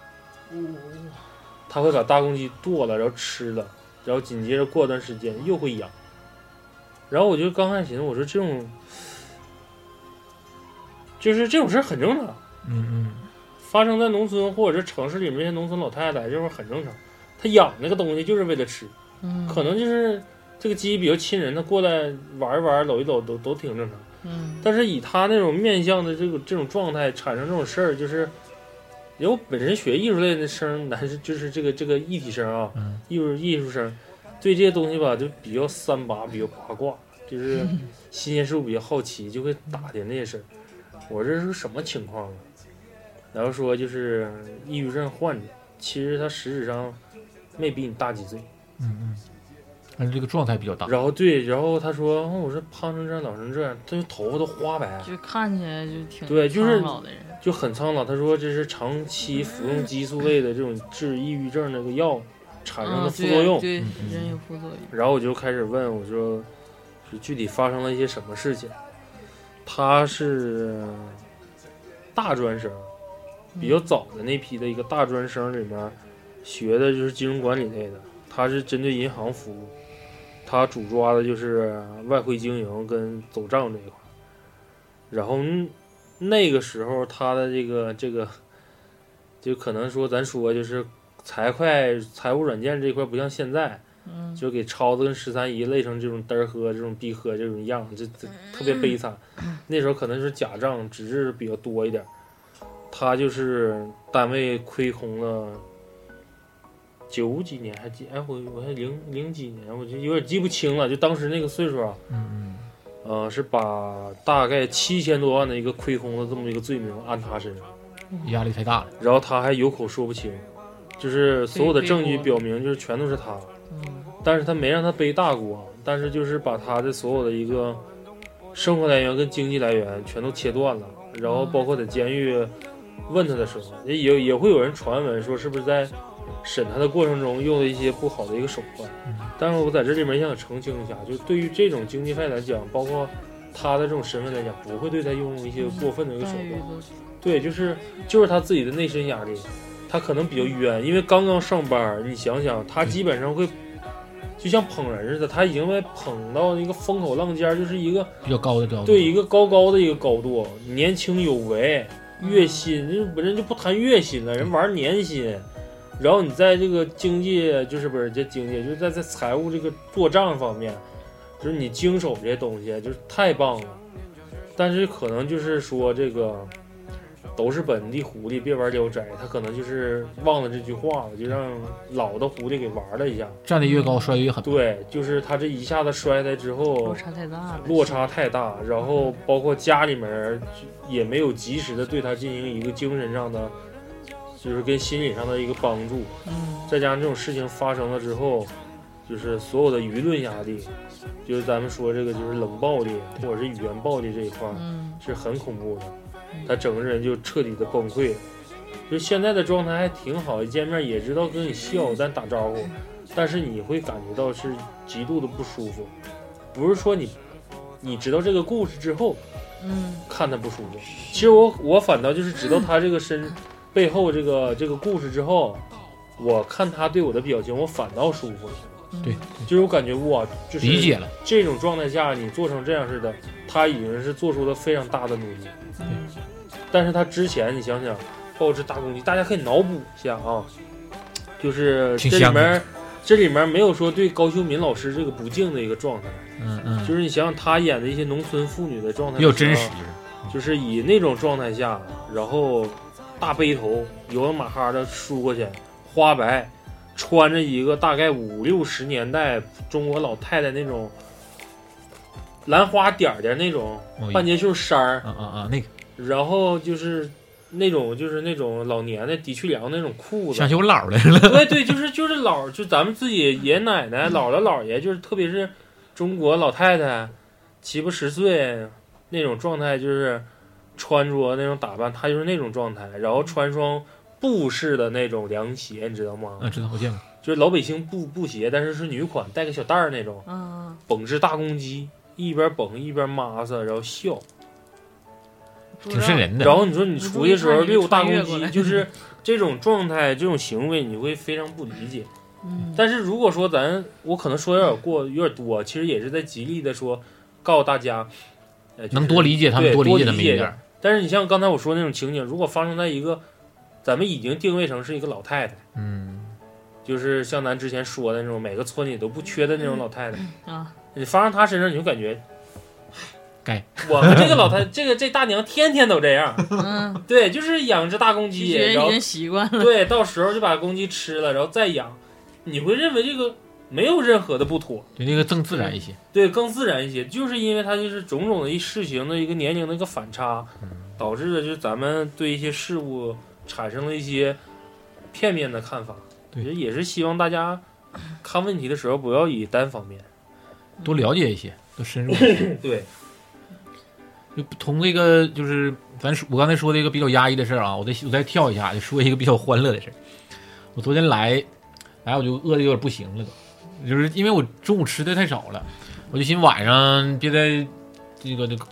[SPEAKER 2] 他会把大公鸡剁了，然后吃了，然后紧接着过段时间又会养。然后我就刚开始寻思，我说这种就是这种事儿很正常，
[SPEAKER 3] 嗯嗯，
[SPEAKER 2] 发生在农村或者是城市里面那些农村老太太，这会儿很正常。她养那个东西就是为了吃，
[SPEAKER 6] 嗯，
[SPEAKER 2] 可能就是这个鸡比较亲人，它过来玩一玩、搂一搂都都挺正常。
[SPEAKER 6] 嗯，
[SPEAKER 2] 但是以他那种面相的这个这种状态产生这种事儿，就是因为我本身学艺术类的生，男是就是这个这个艺体生啊，
[SPEAKER 3] 嗯
[SPEAKER 2] 艺术艺术生，对这些东西吧就比较三八，比较八卦，就是新鲜事物比较好奇，就会打听这些事儿。我这是什么情况啊？然后说就是抑郁症患者，其实他实质上没比你大几岁。
[SPEAKER 3] 嗯嗯，但是这个状态比较大，
[SPEAKER 2] 然后对，然后他说，哦我说胖成这样，老成这样，他就头发都花白，
[SPEAKER 6] 就看起来就挺
[SPEAKER 2] 对就是
[SPEAKER 6] 苍老的人。
[SPEAKER 2] 就很苍老。他说这是长期服用激素类的这种治抑郁症那个药产生
[SPEAKER 6] 嗯，
[SPEAKER 2] 的副作用。
[SPEAKER 6] 对，
[SPEAKER 3] 嗯
[SPEAKER 6] 对
[SPEAKER 3] 嗯
[SPEAKER 6] 人有副作用。
[SPEAKER 2] 然后我就开始问，我说是具体发生了一些什么事情？他是大专生，比较早的那批的一个大专生里面学的就是金融管理类的，他是针对银行服务，他主抓的就是外汇经营跟走账这一块儿。然后嗯那个时候他的这个这个，就可能说咱说就是财会财务软件这一块不像现在，
[SPEAKER 6] 嗯，
[SPEAKER 2] 就给超子跟十三姨累成这种嘚儿喝、这种逼喝这种样，这这特别悲惨。那时候可能是假账、纸质比较多一点儿，他就是单位亏空了九几年还几哎我我还零零几年我就有点记不清了，就当时那个岁数啊，
[SPEAKER 3] 嗯
[SPEAKER 2] 呃是把大概七千多万的一个亏空的这么一个罪名按他身上，
[SPEAKER 3] 嗯，压力太大了。
[SPEAKER 2] 然后他还有口说不清，就是所有的
[SPEAKER 6] 背
[SPEAKER 2] 证据
[SPEAKER 6] 锅
[SPEAKER 2] 表明就是全都是他。
[SPEAKER 6] 嗯
[SPEAKER 2] 但是他没让他背大锅，但是就是把他的所有的一个生活来源跟经济来源全都切断了，然后包括在监狱问他的时候，也也也会有人传闻说是不是在审他的过程中用了一些不好的一个手段
[SPEAKER 3] 嗯，
[SPEAKER 2] 但是我在这里面也想澄清一下，就对于这种经济犯来讲，包括他的这种身份来讲，不会对他用一些过分的一个手
[SPEAKER 6] 待遇
[SPEAKER 2] 段，
[SPEAKER 6] 都
[SPEAKER 2] 对，就是就是他自己的内心压力，他可能比较冤，因为刚刚上班儿，你想想，他基本上会就像捧人似的，他已经被捧到一个风口浪尖儿，就是一个
[SPEAKER 3] 比较高的高度。
[SPEAKER 2] 对一个高高的一个高度，年轻有为，月薪，人本身就不谈月薪了，人玩年薪。然后你在这个经济，就是不是这经济，就是在在财务这个做账方面，就是你经手这些东西，就是太棒了。但是可能就是说这个都是本地狐狸，别玩聊斋，他可能就是忘了这句话了，就让老的狐狸给玩了一下。
[SPEAKER 3] 站得越高，摔得越狠。
[SPEAKER 2] 对，就是他这一下子摔下来之后，
[SPEAKER 6] 落差太大了，
[SPEAKER 2] 落差太大，然后包括家里面儿也没有及时的对他进行一个精神上的，就是跟心理上的一个帮助，
[SPEAKER 6] 嗯
[SPEAKER 2] 再加上这种事情发生了之后，就是所有的舆论压力，就是咱们说这个就是冷暴力或者是语言暴力这一块儿
[SPEAKER 6] 嗯
[SPEAKER 2] 是很恐怖的，他整个人就彻底的崩溃。就现在的状态还挺好，一见面也知道跟你笑，但打招呼，但是你会感觉到是极度的不舒服，不是说你你知道这个故事之后
[SPEAKER 6] 嗯
[SPEAKER 2] 看他不舒服。其实我我反倒就是知道他这个身背后这个这个故事之后，我看他对我的表情，我反倒舒服了。
[SPEAKER 3] 对，
[SPEAKER 2] 就是我感觉哇，就是
[SPEAKER 3] 理解了。
[SPEAKER 2] 这种状态下，你做成这样似的，他已经是做出了非常大的努力。
[SPEAKER 3] 嗯
[SPEAKER 2] 但是他之前，你想想，抱着大公鸡，大家可以脑补一下啊，就是
[SPEAKER 3] 挺
[SPEAKER 2] 这里
[SPEAKER 3] 香的
[SPEAKER 2] 面，这里面没有说对高秀敏老师这个不敬的一个状态，
[SPEAKER 3] 嗯嗯，
[SPEAKER 2] 就是你想想他演的一些农村妇女的状态，啊
[SPEAKER 3] 比较真实。
[SPEAKER 2] 就是以那种状态下，然后大背头油了马哈的梳过去，花白，穿着一个大概五六十年代中国老太太那种兰花点儿点儿那种
[SPEAKER 3] 哦
[SPEAKER 2] 半截袖衫儿，
[SPEAKER 3] 啊啊啊，那个
[SPEAKER 2] 然后就是那种就是那种老年的的确凉那种裤子
[SPEAKER 3] 想，起我姥儿来了。
[SPEAKER 2] 对对，就是就是老就咱们自己爷爷奶奶、姥姥姥爷，就是特别是中国老太太，七八十岁那种状态，就是穿着那种打扮，她就是那种状态，然后穿双布式的那种凉鞋，你知道吗？
[SPEAKER 3] 嗯，知道我见过。
[SPEAKER 2] 就是老北京布布鞋，但是是女款，带个小带儿那种，
[SPEAKER 6] 嗯，
[SPEAKER 2] 绷着大公鸡，一边绷一边抹撒，然后笑。
[SPEAKER 6] 不知
[SPEAKER 3] 挺
[SPEAKER 6] 道
[SPEAKER 3] 瘆人的。
[SPEAKER 2] 然后你说你出去的时候
[SPEAKER 6] 你故意
[SPEAKER 2] 遛大
[SPEAKER 6] 看
[SPEAKER 2] 公
[SPEAKER 6] 你穿越过
[SPEAKER 2] 鸡，
[SPEAKER 6] 来
[SPEAKER 2] 就是这种状态、这种行为，你会非常不理解。
[SPEAKER 6] 嗯
[SPEAKER 2] 但是如果说咱我可能说有点过有点多，其实也是在极力的说告诉大家，呃，就是
[SPEAKER 3] 能多。理解他们，
[SPEAKER 2] 对
[SPEAKER 3] 多理
[SPEAKER 2] 多
[SPEAKER 3] 解
[SPEAKER 2] 理
[SPEAKER 3] 他们一
[SPEAKER 2] 解
[SPEAKER 3] 点
[SPEAKER 2] 点
[SPEAKER 3] 儿。
[SPEAKER 2] 但是你像刚才我说那种情景，如果发生在一个咱们已经定位成是一个老太太，
[SPEAKER 3] 嗯，
[SPEAKER 2] 就是像咱之前说的那种每个村里都不缺的那种老太太，
[SPEAKER 6] 啊，
[SPEAKER 2] 你发生她身上，你就感觉
[SPEAKER 3] 该
[SPEAKER 2] 我们这个老太这个这大娘天天都这样，
[SPEAKER 6] 嗯，
[SPEAKER 2] 对，就是养只大公
[SPEAKER 6] 就
[SPEAKER 2] 鸡，
[SPEAKER 6] 觉得
[SPEAKER 2] 然
[SPEAKER 6] 已
[SPEAKER 2] 后
[SPEAKER 6] 经习惯 了，
[SPEAKER 2] 对，到时候就把公鸡吃了，然后再养，你会认为这个没有任何的不妥。
[SPEAKER 3] 对那个更自然一些。
[SPEAKER 2] 对，更自然一些，就是因为它就是种种的一事情的一个年龄的一个反差，导致的就是咱们对一些事物产生了一些片面的看法。
[SPEAKER 3] 对
[SPEAKER 2] 也也是希望大家看问题的时候不要以单方面。
[SPEAKER 3] 多了解一些，多深入一些。
[SPEAKER 2] 对，
[SPEAKER 3] 就从这个就是咱说我刚才说的一个比较压抑的事儿啊，我再我再跳一下，就说一个比较欢乐的事儿。我昨天来，来我就饿的有点不行了都，就是因为我中午吃的太少了，我就寻思晚上别再这个这个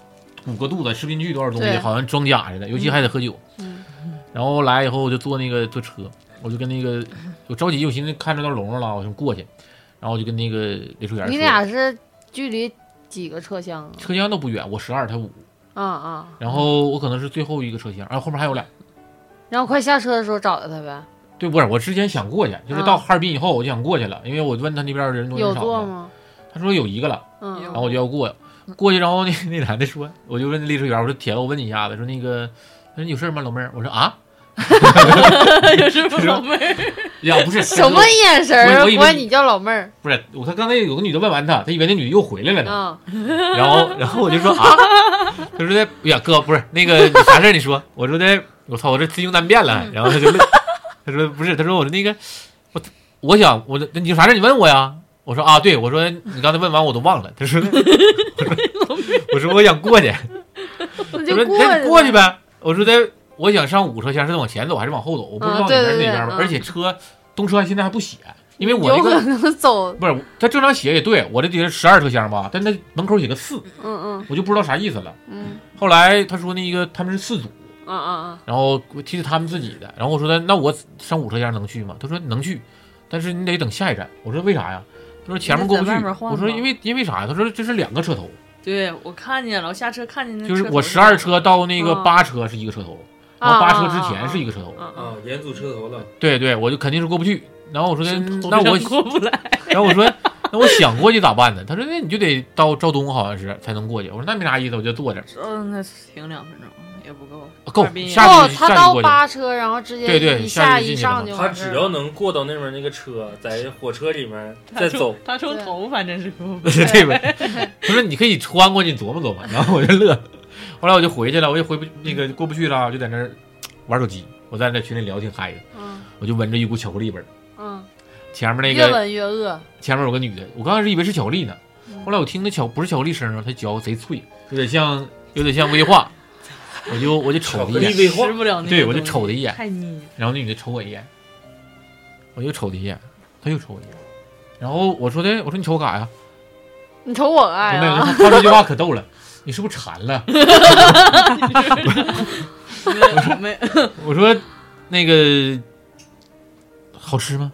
[SPEAKER 3] 鼓个肚子，吃不进去多少东西，
[SPEAKER 4] 对
[SPEAKER 3] 好像装假似的，尤其还得喝酒。
[SPEAKER 4] 嗯
[SPEAKER 3] 然后来以后我就坐那个坐车，我就跟那个我着急，我寻思看着到龙上了，我想过去，然后我就跟那个列车员说，
[SPEAKER 4] 你俩是距离几个车厢
[SPEAKER 3] 车厢都不远，我十二，他五。
[SPEAKER 4] 啊？啊啊！
[SPEAKER 3] 然后我可能是最后一个车厢，然后后面还有俩。
[SPEAKER 4] 然后快下车的时候找到他呗。
[SPEAKER 3] 对，不是，我之前想过去，就是
[SPEAKER 4] 啊
[SPEAKER 3] 到哈尔滨以后我就想过去了，因为我问他那边人多
[SPEAKER 4] 有
[SPEAKER 3] 人
[SPEAKER 4] 座
[SPEAKER 3] 少嘛，
[SPEAKER 4] 吗？
[SPEAKER 3] 他说有一个了，
[SPEAKER 4] 嗯，
[SPEAKER 6] 有
[SPEAKER 3] 然后 我就要过，过去，然后那那男的说，我就问列车员，我说铁子，我问你一下子，说那个说你有事儿吗，老妹儿？我说 啊，
[SPEAKER 6] 也是不老妹儿，
[SPEAKER 3] 呀不是
[SPEAKER 4] 什么眼神儿啊
[SPEAKER 3] 我我以为？
[SPEAKER 4] 管你叫老妹儿
[SPEAKER 3] 不是我，他刚才有个女的问完他，他以为那女的又回来了呢。
[SPEAKER 4] 啊？
[SPEAKER 3] 然后然后我就说啊，他说的，哎呀哥不是那个你啥事儿你说，我说的，我操，我这词穷难辨
[SPEAKER 4] 嗯
[SPEAKER 3] 了。然后他就乐， 他说不是，他说我说那个我我想我说你有啥事儿你问我呀？我说啊对，我说你刚才问完我都忘了。他说的我说我说我想过去，
[SPEAKER 4] 那
[SPEAKER 3] 他
[SPEAKER 4] 就
[SPEAKER 3] 说
[SPEAKER 4] 过
[SPEAKER 3] 那
[SPEAKER 4] 去
[SPEAKER 3] 你过去
[SPEAKER 4] 呗。
[SPEAKER 3] 呗。我说的我想上五车厢是往前走还是往后走？我不知道
[SPEAKER 4] 啊
[SPEAKER 3] 你
[SPEAKER 4] 对
[SPEAKER 3] 那是哪
[SPEAKER 4] 对对
[SPEAKER 3] 边吧，
[SPEAKER 4] 嗯
[SPEAKER 3] 而且车东车现在还不写，因为我那
[SPEAKER 4] 有
[SPEAKER 3] 个
[SPEAKER 4] 可能走，嗯
[SPEAKER 3] 不是他正常写也对，我这底下十二车厢吧，但他门口写个四，
[SPEAKER 4] 嗯嗯
[SPEAKER 3] 我就不知道啥意思了。
[SPEAKER 4] 嗯
[SPEAKER 3] 后来他说那个他们是四组，
[SPEAKER 4] 嗯嗯
[SPEAKER 3] 然后我提的他们自己的，然后我说的那我上五车厢能去吗？他说能去，但是你得等下一站。我说为啥呀？他说前面过不去
[SPEAKER 6] 你得在外面。晃
[SPEAKER 3] 我说
[SPEAKER 6] 晃
[SPEAKER 3] 因为因为啥呀？他说这是两个车头，
[SPEAKER 6] 对我看见了，我下车看见那
[SPEAKER 3] 就是
[SPEAKER 6] 车头
[SPEAKER 3] 我十二车到那个
[SPEAKER 4] 嗯
[SPEAKER 3] 八车是一个车头，
[SPEAKER 6] 啊
[SPEAKER 4] 嗯，
[SPEAKER 3] 然后八车之前是一
[SPEAKER 4] 个，
[SPEAKER 3] 个车头。
[SPEAKER 4] 嗯嗯
[SPEAKER 2] 啊，连组车头了，
[SPEAKER 3] 对对，我就肯定是过不去。然后我说的
[SPEAKER 6] 头
[SPEAKER 3] 那
[SPEAKER 6] 上
[SPEAKER 3] 我
[SPEAKER 6] 过不来，
[SPEAKER 3] 然后我说，那我想过去咋办呢？他说，那你就得到赵东好像是才能过去。我说那没啥意思，我就坐着，
[SPEAKER 6] 嗯，那停两分钟也不够，
[SPEAKER 3] 够
[SPEAKER 6] 哈尔滨
[SPEAKER 3] 下
[SPEAKER 6] 也
[SPEAKER 3] 去
[SPEAKER 4] 哦，
[SPEAKER 3] 下
[SPEAKER 4] 他
[SPEAKER 3] 去
[SPEAKER 4] 到
[SPEAKER 3] 过去
[SPEAKER 4] 八车，然后直接
[SPEAKER 3] 对对
[SPEAKER 4] 一
[SPEAKER 3] 下
[SPEAKER 4] 下
[SPEAKER 3] 去进
[SPEAKER 4] 一
[SPEAKER 3] 去
[SPEAKER 4] 上
[SPEAKER 3] 了
[SPEAKER 4] 就
[SPEAKER 2] 他
[SPEAKER 4] 完事
[SPEAKER 2] 只
[SPEAKER 4] 儿
[SPEAKER 2] 要
[SPEAKER 4] 了。
[SPEAKER 2] 能过到那边那个车，在火车里面
[SPEAKER 6] 他
[SPEAKER 2] 再
[SPEAKER 6] 抽
[SPEAKER 2] 走，
[SPEAKER 6] 他抽
[SPEAKER 4] 对
[SPEAKER 6] 头反正是过不 来。
[SPEAKER 3] 这边。他说你可以穿过去你琢磨琢磨。然后我就乐，后来我就回去了，我就回不那个过不去了，我就在那儿玩手机。我在那群里聊挺嗨的，
[SPEAKER 4] 嗯
[SPEAKER 3] 我就闻着一股巧克力味儿。
[SPEAKER 4] 嗯，
[SPEAKER 3] 前面那
[SPEAKER 4] 越
[SPEAKER 3] 个
[SPEAKER 4] 闻越饿。
[SPEAKER 3] 前面有个女的，我刚开始以为是巧克力呢，
[SPEAKER 6] 嗯
[SPEAKER 3] 后来我听那巧不是巧克力声啊，它嚼贼脆，有点像有点像威 化，我就我就瞅
[SPEAKER 2] 巧
[SPEAKER 3] 了
[SPEAKER 2] 克
[SPEAKER 3] 一眼
[SPEAKER 2] 力。味化
[SPEAKER 6] 吃，不了那个
[SPEAKER 3] 对，我就
[SPEAKER 6] 东西
[SPEAKER 3] 瞅了一眼，
[SPEAKER 6] 太腻。
[SPEAKER 3] 然后那女的瞅我一眼，我又瞅她一眼，她又瞅我一眼，然后我说的，我说你瞅我干啥呀？
[SPEAKER 4] 你瞅我
[SPEAKER 6] 哎
[SPEAKER 4] 干
[SPEAKER 3] 没有，
[SPEAKER 4] 呀？
[SPEAKER 3] 她她这句话可逗了，你是不是馋了？
[SPEAKER 6] 没有
[SPEAKER 3] 我说那个好吃吗？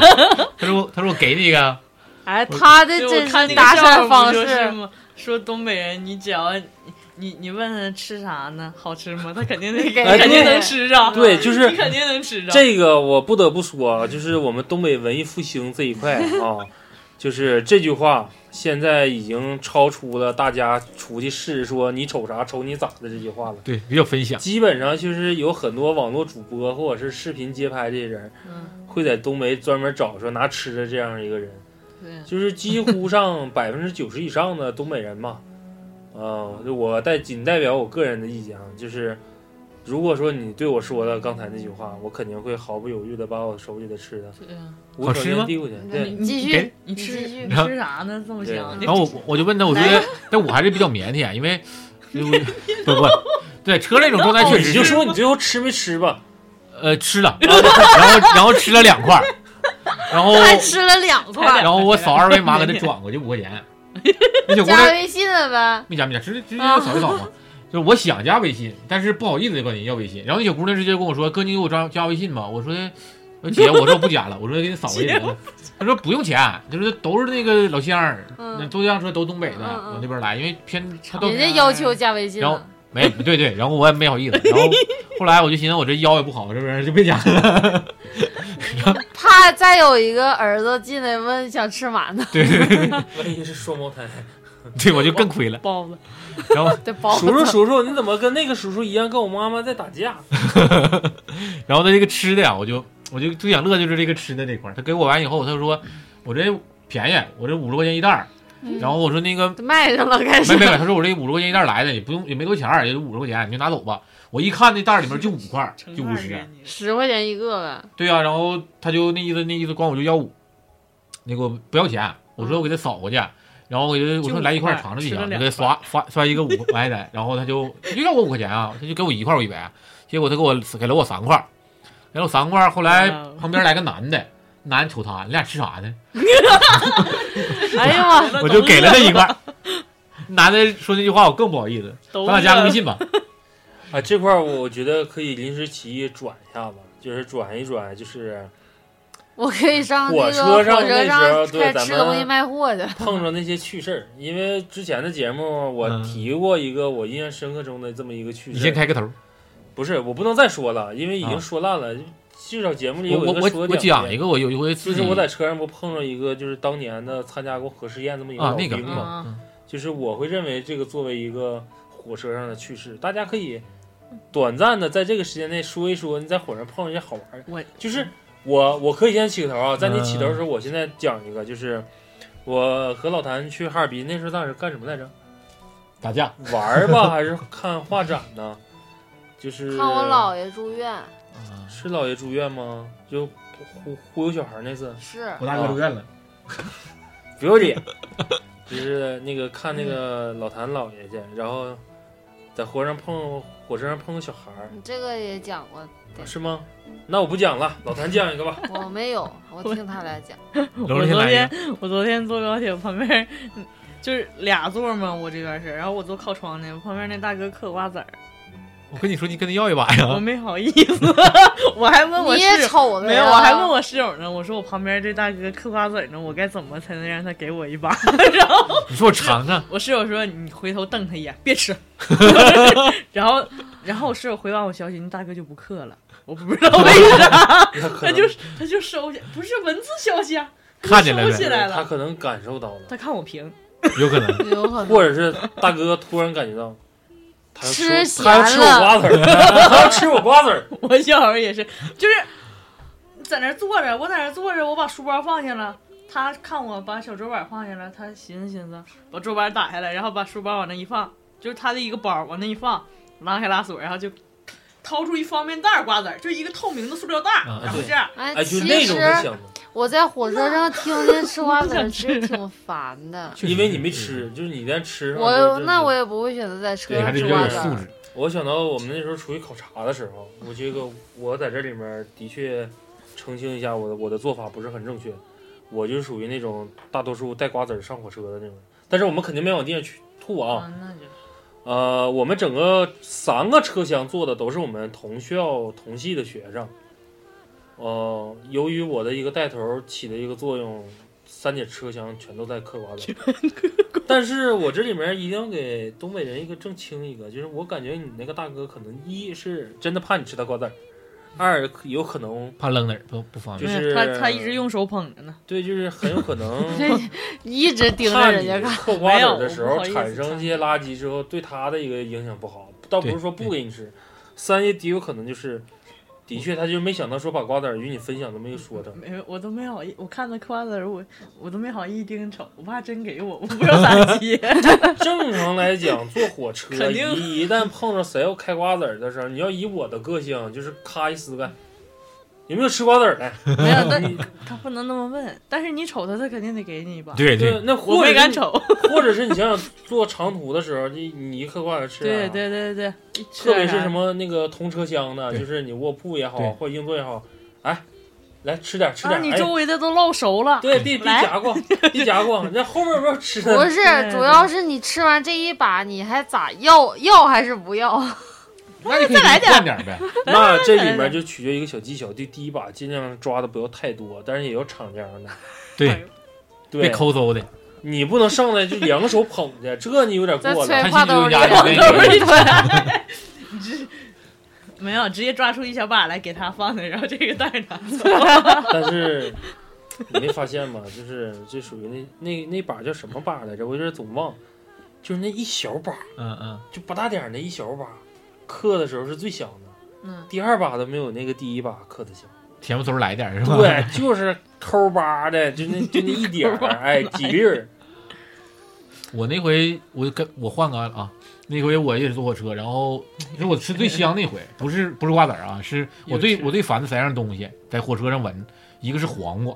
[SPEAKER 3] 她说她说我给你一个啊，
[SPEAKER 4] 哎，他的
[SPEAKER 6] 对
[SPEAKER 4] 这
[SPEAKER 6] 我看
[SPEAKER 4] 是
[SPEAKER 6] 那个
[SPEAKER 4] 搭
[SPEAKER 6] 笑话
[SPEAKER 4] 讪
[SPEAKER 6] 不
[SPEAKER 4] 方
[SPEAKER 6] 就是
[SPEAKER 4] 式，
[SPEAKER 6] 吗？说东北人，你只要你你你问他吃啥呢，好吃 吗？他肯定能，
[SPEAKER 4] 给
[SPEAKER 6] 肯定
[SPEAKER 2] 对
[SPEAKER 6] 能吃上。
[SPEAKER 2] 对就是
[SPEAKER 6] 你肯定能吃上。
[SPEAKER 2] 这个我不得不说啊，就是我们东北文艺复兴这一块啊，就是这句话现在已经超出了大家出去试说你瞅啥瞅你咋的这句话了。
[SPEAKER 3] 对，比较分享。
[SPEAKER 2] 基本上就是有很多网络主播或者是视频街拍这些人，
[SPEAKER 6] 嗯，
[SPEAKER 2] 会在东北专门找说拿吃的这样一个人，
[SPEAKER 6] 对，
[SPEAKER 2] 就是几乎上百分之九十以上的东北人嘛。啊、就我代仅代表我个人的意见啊，就是如果说你对我说的刚才那句话，我肯定会毫不犹豫的把我手里的吃的
[SPEAKER 6] 对啊
[SPEAKER 2] 无条
[SPEAKER 3] 好吃
[SPEAKER 2] 件
[SPEAKER 3] 吗
[SPEAKER 2] 递过去。对，
[SPEAKER 6] 嗯
[SPEAKER 4] 你继
[SPEAKER 3] 给
[SPEAKER 4] 续，
[SPEAKER 6] 你吃
[SPEAKER 4] 继续
[SPEAKER 6] 你吃啥呢？这么
[SPEAKER 2] 对
[SPEAKER 6] 香，
[SPEAKER 3] 然后我我就问她，我说的， 但我还是比较腼腆，因为 不不对车那种状态确实
[SPEAKER 2] 哎哦你就是说你最后吃没吃吧。
[SPEAKER 3] 呃吃了， 然后然后吃了两块儿，然后
[SPEAKER 4] 还吃了两块，
[SPEAKER 3] 然后我扫二维码给他转过去五块钱，那小姑
[SPEAKER 4] 加
[SPEAKER 3] 娘
[SPEAKER 4] 微信了呗。
[SPEAKER 3] 没加没加，直接直接
[SPEAKER 4] 啊
[SPEAKER 3] 扫一扫嘛。就是我想加微信，但是不好意思管你要微信。然后那小姑娘直接跟我说：“哥，你给我加加微信吧。”我说：“呃姐，我说我不加了，我说给你扫过去得了。”她说：“不用钱，就是都是那个老乡儿，
[SPEAKER 4] 嗯
[SPEAKER 3] 那都这辆车都东北的，
[SPEAKER 4] 嗯嗯
[SPEAKER 3] 往那边来，因为偏他都
[SPEAKER 4] 人家要求加微信
[SPEAKER 3] 然后
[SPEAKER 4] 了，
[SPEAKER 3] 没对对，然后我也没好意思。然后后来我就寻思，我这腰也不好，是不是就别加了？
[SPEAKER 4] 怕再有一个儿子进来问想吃馒头，
[SPEAKER 3] 对对对
[SPEAKER 2] 万一是双胞胎，
[SPEAKER 3] 对，我就更亏了。
[SPEAKER 6] 包子，
[SPEAKER 3] 然后
[SPEAKER 4] 得包
[SPEAKER 2] 叔叔叔叔，你怎么跟那个叔叔一样，跟我妈妈在打架？
[SPEAKER 3] 然后他这个吃的呀，啊我就我就最想乐就是这个吃的这块儿。他给我完以后，他说我这便宜，我这五十块钱一袋儿。
[SPEAKER 1] 嗯
[SPEAKER 3] 然后我说那个
[SPEAKER 4] 得卖上了开
[SPEAKER 3] 没
[SPEAKER 4] 始
[SPEAKER 3] 没，没，他说我这五十块钱一袋儿来的，也不用也没多钱儿，也就五十块钱，你就拿走吧。我一看那袋儿里面就五块儿，就五十。啊
[SPEAKER 4] 十块钱一个呗。
[SPEAKER 3] 对呀、然后他就那意思那意思管我就要五，那个不要钱，我说我给他扫过去。然后我就我说来一块儿尝尝就行，
[SPEAKER 6] 吃了
[SPEAKER 3] 我给
[SPEAKER 6] 两
[SPEAKER 3] 他刷刷刷一个五块钱，然后他就就要我五块钱啊，他就给我一块儿我以为，结果他给我给了我三块儿，给了我三块儿，后来
[SPEAKER 6] 哇哦
[SPEAKER 3] 旁边来个男的，男的瞅他，你俩吃啥呢？
[SPEAKER 4] 哎呦我，
[SPEAKER 3] 我就给了他一块儿，男的说那句话我更不好意思，
[SPEAKER 6] 都
[SPEAKER 3] 咱
[SPEAKER 6] 饿
[SPEAKER 3] 俩加个微信吧，
[SPEAKER 2] 啊，这块儿我觉得可以临时起意转一下子，就是转一转，就是
[SPEAKER 4] 我可以上那
[SPEAKER 2] 火
[SPEAKER 4] 个
[SPEAKER 2] 车
[SPEAKER 4] 火
[SPEAKER 2] 上那
[SPEAKER 4] 车
[SPEAKER 2] 时候
[SPEAKER 4] 上
[SPEAKER 2] 对
[SPEAKER 4] 开
[SPEAKER 2] 咱
[SPEAKER 4] 始吃东西
[SPEAKER 2] 们
[SPEAKER 4] 卖货去。
[SPEAKER 2] 碰着那些趣事儿。因为之前的节目我
[SPEAKER 3] 嗯
[SPEAKER 2] 提过一个我印象深刻中的这么一个趣
[SPEAKER 3] 你
[SPEAKER 2] 事
[SPEAKER 3] 先
[SPEAKER 2] 儿，
[SPEAKER 3] 开个头，
[SPEAKER 2] 不是我不能再说了，因为已
[SPEAKER 3] 啊
[SPEAKER 2] 经说烂了，至少节目里
[SPEAKER 3] 我
[SPEAKER 2] 有
[SPEAKER 3] 我
[SPEAKER 2] 一个说
[SPEAKER 3] 我我讲一
[SPEAKER 2] 个，
[SPEAKER 3] 个，嗯我有一回
[SPEAKER 2] 就
[SPEAKER 3] 自己
[SPEAKER 2] 是我在车上不碰着一个就是当年的参加过核试验这么一个
[SPEAKER 3] 啊
[SPEAKER 2] 老
[SPEAKER 3] 那个
[SPEAKER 2] 兵
[SPEAKER 6] 嗯
[SPEAKER 2] 嘛，
[SPEAKER 3] 嗯
[SPEAKER 2] 就是我会认为这个作为一个火车上的趣事，大家可以短暂的在这个时间内说一说，你在火上碰一些好玩的。
[SPEAKER 6] 我
[SPEAKER 2] 就是我，我可以先起个头啊，在你起头的时候，我现在讲一个，就是我和老谭去哈尔滨那时候，当时干什么来着？
[SPEAKER 3] 打架，
[SPEAKER 2] 玩儿吧，还是看画展呢？就是
[SPEAKER 4] 看我姥爷住院
[SPEAKER 3] 啊
[SPEAKER 2] 是姥爷住院吗？就忽忽悠小孩那次，
[SPEAKER 4] 是
[SPEAKER 3] 我大哥住院了，
[SPEAKER 2] 不要 脸，就是那个看那个老谭姥爷去，然后在火车上碰火车上碰个小孩儿，
[SPEAKER 4] 你这个也讲过，对
[SPEAKER 2] 是吗？那我不讲了，老谭讲一个 吧。
[SPEAKER 4] 我没有，我听他俩讲。
[SPEAKER 3] 楼
[SPEAKER 6] 我
[SPEAKER 3] 上先
[SPEAKER 6] 昨
[SPEAKER 3] 来一
[SPEAKER 6] 天
[SPEAKER 3] 个，
[SPEAKER 6] 我昨天坐高铁旁边儿，嗯就是俩座嘛，我这边是，然后我坐靠窗的，旁边那大哥嗑瓜子儿，
[SPEAKER 3] 我跟你说，你跟他要一把
[SPEAKER 6] 我
[SPEAKER 3] 呀，
[SPEAKER 6] 没好意思， 我还问我
[SPEAKER 4] 你
[SPEAKER 6] 室
[SPEAKER 4] 也
[SPEAKER 6] 友，
[SPEAKER 4] 瞅着呀
[SPEAKER 6] 没有，我还问我室友呢，我说我旁边这大哥嗑瓜子儿呢，我该怎么才能让他给我一把？然后
[SPEAKER 3] 你说我啊尝尝，
[SPEAKER 6] 我室友说你回头瞪他一眼，别吃。然后，然后我室友回完我消息，那大哥就不嗑了，我不知道为 啥，
[SPEAKER 2] 他可
[SPEAKER 6] 他
[SPEAKER 2] 能
[SPEAKER 6] 就他就收下，不是文字消息啊，
[SPEAKER 3] 看见了
[SPEAKER 6] 收起
[SPEAKER 3] 呗，
[SPEAKER 6] 来
[SPEAKER 2] 他
[SPEAKER 6] 了，
[SPEAKER 2] 可能感受到了，
[SPEAKER 6] 他看我屏。
[SPEAKER 3] 有可 能。
[SPEAKER 4] 有可能
[SPEAKER 2] 或者是大哥突然感觉到。他要
[SPEAKER 4] 吃
[SPEAKER 2] 吃我，他要吃
[SPEAKER 4] 咸
[SPEAKER 2] 我
[SPEAKER 4] 了
[SPEAKER 2] 瓜子儿，他要吃我瓜 子儿。
[SPEAKER 6] 我小时候也是，就是在那儿坐着，我在那儿坐着，我把书包放下了。他看我把小桌板放下了，他寻思寻思，把桌板打下来，然后把书包往那一放，就是他的一个包往那一放，拉开拉锁，然后就掏出一方便袋儿瓜子儿，就一个透明的塑料袋儿，
[SPEAKER 3] 啊
[SPEAKER 6] 然后
[SPEAKER 2] 对
[SPEAKER 6] 这样。
[SPEAKER 4] 哎
[SPEAKER 2] 哎，就
[SPEAKER 4] 其
[SPEAKER 2] 那种是
[SPEAKER 4] 实
[SPEAKER 2] 香的，
[SPEAKER 4] 我在火车上听见吃瓜子
[SPEAKER 6] 我
[SPEAKER 4] 儿，
[SPEAKER 6] 不想
[SPEAKER 4] 其
[SPEAKER 6] 吃
[SPEAKER 4] 实挺烦的。
[SPEAKER 3] 确实
[SPEAKER 2] 因为你没吃，就是你在吃上就是这
[SPEAKER 4] 我那我也不会选择在车
[SPEAKER 3] 对，还
[SPEAKER 4] 上
[SPEAKER 3] 是
[SPEAKER 4] 吃
[SPEAKER 3] 比较
[SPEAKER 4] 瓜
[SPEAKER 3] 有
[SPEAKER 4] 子
[SPEAKER 3] 素
[SPEAKER 4] 儿。
[SPEAKER 3] 质。
[SPEAKER 2] 我想到我们那时候出去考察的时候，我这个我在这里面的确澄清一下，我的我的做法不是很正确，我就属于那种大多数带瓜子儿上火车的那种，但是我们肯定没往地上去吐啊。，
[SPEAKER 6] 哦那就
[SPEAKER 2] 呃，我们整个三个车厢坐的都是我们同校同系的学生。呃，由于我的一个带头起的一个作用，三节车厢全都在嗑瓜子儿。但是我这里面一定要给东北人一个正清一个，就是我感觉你那个大哥可能一是真的怕你吃他瓜子儿，二有可能
[SPEAKER 3] 怕扔哪儿不不方
[SPEAKER 2] 就
[SPEAKER 3] 便。
[SPEAKER 2] 是
[SPEAKER 6] 他他一直用手捧着呢。
[SPEAKER 2] 对，就是很有可能
[SPEAKER 4] 你一直盯着
[SPEAKER 2] 看
[SPEAKER 4] 人
[SPEAKER 2] 你
[SPEAKER 4] 家看，
[SPEAKER 2] 嗑瓜子儿
[SPEAKER 6] 没有
[SPEAKER 2] 的时候
[SPEAKER 6] 我不好意思
[SPEAKER 2] 产生这些垃圾之后，对他的一个影响不好，倒不是说不给你吃，三爷极有可能就是，的确他就没想到说把瓜子儿与你分享这么一个说头。
[SPEAKER 6] 没，我都没好意，我看他嗑瓜子儿，我我都没好意盯瞅，我怕真给我，我不知道咋接。
[SPEAKER 2] 正常来讲，坐火车
[SPEAKER 6] 肯定
[SPEAKER 2] 一一旦碰着谁要开瓜子儿的时候，你要以我的个性，就是咔一撕开，有没有吃瓜子儿的？
[SPEAKER 6] 没有， 但他不能那么问。但是你瞅他，他肯定得给你一把。
[SPEAKER 3] 对
[SPEAKER 2] 对，
[SPEAKER 3] 对，
[SPEAKER 2] 那
[SPEAKER 6] 我
[SPEAKER 2] 或者
[SPEAKER 6] 没敢
[SPEAKER 2] 是
[SPEAKER 6] 瞅。
[SPEAKER 2] 或者是你想想坐长途的时候，你你一嗑瓜子儿吃啊，
[SPEAKER 6] 对对对对，啊
[SPEAKER 2] 特别是什么那个同车厢的，
[SPEAKER 3] 对
[SPEAKER 2] 就是你卧铺也好
[SPEAKER 3] 对，
[SPEAKER 2] 或者硬座也好，哎，来吃点吃
[SPEAKER 6] 啊，
[SPEAKER 2] 点，
[SPEAKER 6] 你
[SPEAKER 2] 哎
[SPEAKER 6] 周围的都烙熟了，
[SPEAKER 2] 对，别别
[SPEAKER 6] 来
[SPEAKER 2] 夹 过，别夹过，人家后面有没有吃
[SPEAKER 4] 不
[SPEAKER 2] 的？
[SPEAKER 4] 是
[SPEAKER 6] 对，
[SPEAKER 4] 主要是你吃完这一把，你还咋要要还是不要？
[SPEAKER 3] 那你可以灌点儿呗。
[SPEAKER 2] 那这里面就取决一个小技巧，就第一把尽量抓的不要太多，但是也要敞亮 的，
[SPEAKER 3] 对，别
[SPEAKER 2] 对，
[SPEAKER 3] 抠搜的，
[SPEAKER 2] 你不能上来就两个手捧去，这你有点
[SPEAKER 4] 在
[SPEAKER 2] 过
[SPEAKER 4] 催
[SPEAKER 2] 了。
[SPEAKER 4] 话兜里，
[SPEAKER 3] 看起来哎就有压力
[SPEAKER 4] 对
[SPEAKER 6] 没有，直接抓出一小把来给他放的，然后这个袋儿拿走。
[SPEAKER 2] 但是你没发现吗？就是这属于那那那把叫什么把来着？我有点总忘，就是那一小把，
[SPEAKER 3] 嗯嗯，
[SPEAKER 2] 就不大点儿那一小把，嗑的时候是最香的。
[SPEAKER 6] 嗯，
[SPEAKER 2] 第二把都没有那个第一把嗑的 香。
[SPEAKER 3] 前不头来点儿是吧？
[SPEAKER 2] 对，就是抠巴的，就那就那一点儿，哎，几粒 儿。
[SPEAKER 3] 我那回我跟我换个啊，那回我也是坐火车，然后是我吃最香那回，不是不是瓜子儿啊，是我最
[SPEAKER 6] 又吃
[SPEAKER 3] 我最烦的三样东西，在火车上闻，一个是黄瓜，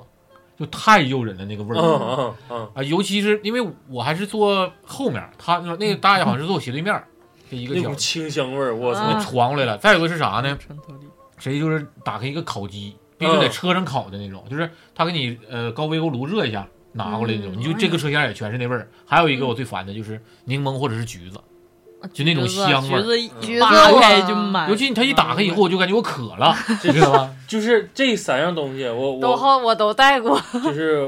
[SPEAKER 3] 就太诱人了那个味
[SPEAKER 2] 嗯
[SPEAKER 3] 儿。
[SPEAKER 2] 嗯嗯，
[SPEAKER 3] 啊，尤其是因为我还是坐后面儿，他那那个大爷好像是坐我斜对面儿，这一个
[SPEAKER 2] 那
[SPEAKER 3] 角
[SPEAKER 2] 股
[SPEAKER 3] 儿
[SPEAKER 2] 清香味儿，我
[SPEAKER 3] 那
[SPEAKER 2] 操！
[SPEAKER 6] 啊
[SPEAKER 3] 传过来了。再有一个是啥呢？
[SPEAKER 6] 穿透力，
[SPEAKER 3] 谁就是打开一个烤鸡，必须在车上烤的那种，就是他给你呃高微波炉热一下拿过来那种，
[SPEAKER 6] 嗯
[SPEAKER 3] 你就这个车厢也全是那味儿。还有一个我最烦的就是柠檬或者是橘子，就那种
[SPEAKER 6] 橘子啊
[SPEAKER 3] 香味儿
[SPEAKER 6] 橘子一啊
[SPEAKER 4] 橘子
[SPEAKER 6] 扒
[SPEAKER 4] 我
[SPEAKER 6] 开就满。
[SPEAKER 3] 尤其他一打开以后，我就感觉我渴了，
[SPEAKER 2] 这
[SPEAKER 3] 你知道 吗？
[SPEAKER 2] 就是这三样东西，我
[SPEAKER 4] 都
[SPEAKER 2] 我
[SPEAKER 4] 好，我都带过。
[SPEAKER 2] 就是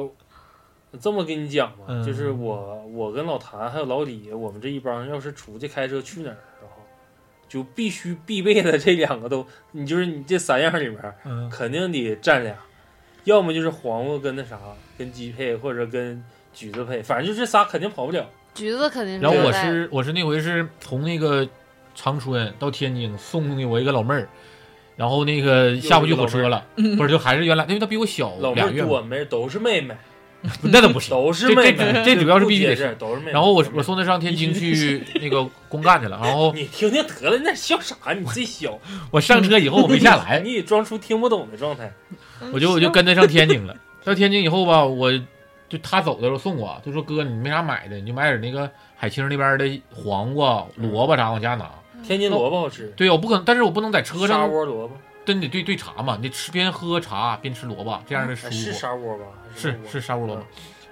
[SPEAKER 2] 这么跟你讲吧，
[SPEAKER 3] 嗯
[SPEAKER 2] 就是我我跟老谭还有老李，我们这一帮要是出去开车去哪儿的时候，就必须必备的这两个都，你就是你这三样里面儿
[SPEAKER 3] 嗯，
[SPEAKER 2] 肯定得占俩，要么就是黄瓜跟那啥跟鸡配，或者跟橘子配，反正就这仨肯定跑不了。
[SPEAKER 4] 橘子肯定是
[SPEAKER 3] 然后
[SPEAKER 4] 要
[SPEAKER 3] 我
[SPEAKER 4] 带的。
[SPEAKER 3] 是我是那回是从那个长春到天津送的我一个老妹儿，然后那个下不去火车了，不是就还是原来，因为她比我小
[SPEAKER 2] 老妹
[SPEAKER 3] 哦俩
[SPEAKER 2] 儿
[SPEAKER 3] 月嘛
[SPEAKER 2] 多，没人都是妹妹，
[SPEAKER 3] 那倒不是。
[SPEAKER 2] 都是妹
[SPEAKER 3] 这
[SPEAKER 2] 妹，
[SPEAKER 3] 这这主要是必须得
[SPEAKER 2] 不解释都是妹妹。
[SPEAKER 3] 然后我我
[SPEAKER 2] 说
[SPEAKER 3] 送她上天津去那个公干去了，然后
[SPEAKER 2] 你听听得了，你那笑啥？你自己笑，
[SPEAKER 3] 我上车以后我没 下来，
[SPEAKER 2] 你也装出听不懂的状态。
[SPEAKER 3] 我就我就跟他上天津了。到天津以后吧，我就他走的时候送我，就说哥你没啥买的，你就买点那个海清那边的黄瓜、萝卜啥往家拿。
[SPEAKER 2] 天津萝卜好吃，
[SPEAKER 3] 对呀，我不可能，但是我不能在车
[SPEAKER 2] 砂
[SPEAKER 3] 上，
[SPEAKER 2] 锅萝卜，
[SPEAKER 3] 真得对对茶嘛，你吃边喝茶边吃萝卜，这样的舒
[SPEAKER 2] 哎是
[SPEAKER 3] 服。
[SPEAKER 2] 砂锅吧？还
[SPEAKER 3] 是
[SPEAKER 2] 是
[SPEAKER 3] 是砂锅萝卜，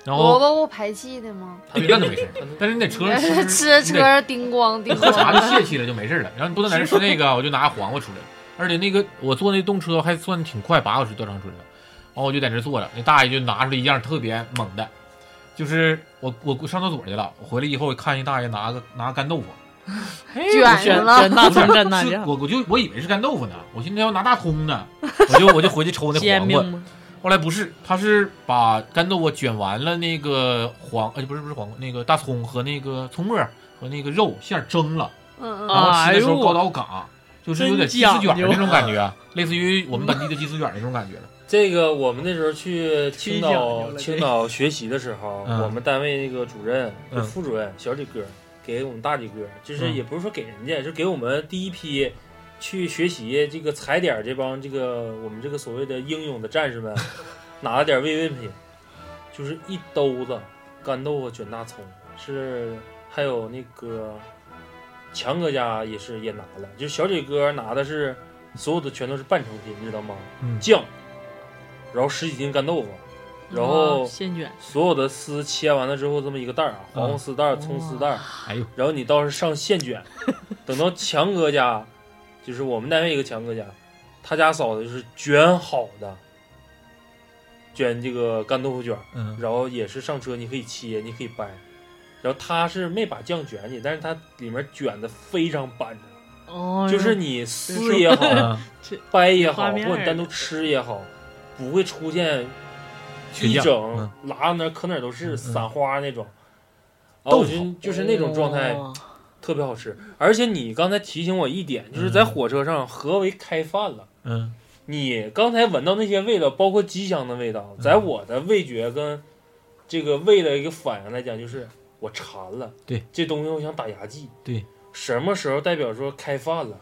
[SPEAKER 3] 然后
[SPEAKER 4] 萝卜不排气的吗？
[SPEAKER 3] 对那都没事，但是你在车上吃，
[SPEAKER 4] 吃
[SPEAKER 3] 你
[SPEAKER 4] 车
[SPEAKER 3] 得
[SPEAKER 4] 上叮咣叮
[SPEAKER 3] 喝茶
[SPEAKER 4] 咣，
[SPEAKER 3] 就泄气了就没事了。然后你不能在这吃那个，我就拿黄瓜出来了。而且那个我坐那动车还算挺快，八小时到长春了。然后我就在那坐着，那大爷就拿出来一样特别猛的，就是我我我上厕所去了，我回来以后看一大爷拿个拿干豆腐，
[SPEAKER 6] 啊
[SPEAKER 4] 卷
[SPEAKER 6] 卷
[SPEAKER 4] 上了
[SPEAKER 6] 卷大葱蘸大
[SPEAKER 3] 是
[SPEAKER 6] 酱，
[SPEAKER 3] 我我就我以为是干豆腐呢，我寻思要拿大葱呢，我就我就回去抽那
[SPEAKER 6] 煎
[SPEAKER 3] 黄瓜
[SPEAKER 6] 饼，吗？
[SPEAKER 3] 后来不是，他是把干豆腐卷完了，那个黄呃不是不是黄瓜，那个大葱和那个葱末儿和那个肉馅儿蒸了，
[SPEAKER 4] 嗯
[SPEAKER 3] 然
[SPEAKER 4] 嗯，
[SPEAKER 3] 后吃的时
[SPEAKER 6] 哎
[SPEAKER 3] 候
[SPEAKER 6] 呦
[SPEAKER 3] 高刀嘎，就是有点鸡丝卷儿那种感觉，啊类似于我们本地的鸡丝卷儿那种感觉了。
[SPEAKER 2] 这个我们那时候去青
[SPEAKER 6] 讲究
[SPEAKER 2] 岛
[SPEAKER 6] 了这
[SPEAKER 2] 青岛学习的时候，
[SPEAKER 3] 嗯
[SPEAKER 2] 我们单位那个主任、
[SPEAKER 3] 嗯
[SPEAKER 2] 副主任小李哥给我们大李哥，就是
[SPEAKER 3] 嗯
[SPEAKER 2] 也不是说给人家，就给我们第一批去学习这个踩点儿这帮这个我们这个所谓的英勇的战士 们拿了点慰问品，就是一兜子干豆腐卷大葱，是还有那个强哥家也是也拿了，就是小李哥拿的是所有的全都是半成品，你知道吗？
[SPEAKER 3] 嗯
[SPEAKER 2] 酱，然后十几斤干豆腐，然后
[SPEAKER 6] 哦现卷，
[SPEAKER 2] 所有的丝切完了之后这么一个袋儿啊，
[SPEAKER 3] 嗯
[SPEAKER 2] 黄瓜丝袋儿、葱丝袋儿，
[SPEAKER 3] 哎呦，
[SPEAKER 2] 然后你倒是上现卷，等到强哥家，就是我们单位一个强哥家，他家嫂子就是卷好的，卷这个干豆腐卷儿，
[SPEAKER 3] 嗯，
[SPEAKER 2] 然后也是上车你可以切，你可以掰，然后他是没把酱卷起，但是他里面卷的非常板正。
[SPEAKER 6] 哦，
[SPEAKER 2] 就是你撕也好，
[SPEAKER 3] 嗯
[SPEAKER 2] 掰也好，
[SPEAKER 6] 画
[SPEAKER 2] 或
[SPEAKER 6] 面
[SPEAKER 2] 者你单独吃也好，不会出现
[SPEAKER 3] 群
[SPEAKER 2] 一
[SPEAKER 3] 酱
[SPEAKER 2] 整
[SPEAKER 3] 嗯
[SPEAKER 2] 拉到那儿可哪儿都是散花那种。啊，
[SPEAKER 3] 豆
[SPEAKER 2] 我
[SPEAKER 3] 腐
[SPEAKER 2] 觉得就是那种状态
[SPEAKER 6] 哦
[SPEAKER 2] 特别好吃。而且你刚才提醒我一点，就是在火车上何为开饭了？
[SPEAKER 3] 嗯
[SPEAKER 2] 你刚才闻到那些味道，包括鸡香的味
[SPEAKER 3] 嗯
[SPEAKER 2] 道，在我的味觉跟这个胃的一个反应来讲，就是我馋了。
[SPEAKER 3] 对，
[SPEAKER 2] 这东西我想打牙祭。
[SPEAKER 3] 对，
[SPEAKER 2] 什么时候代表说开饭了？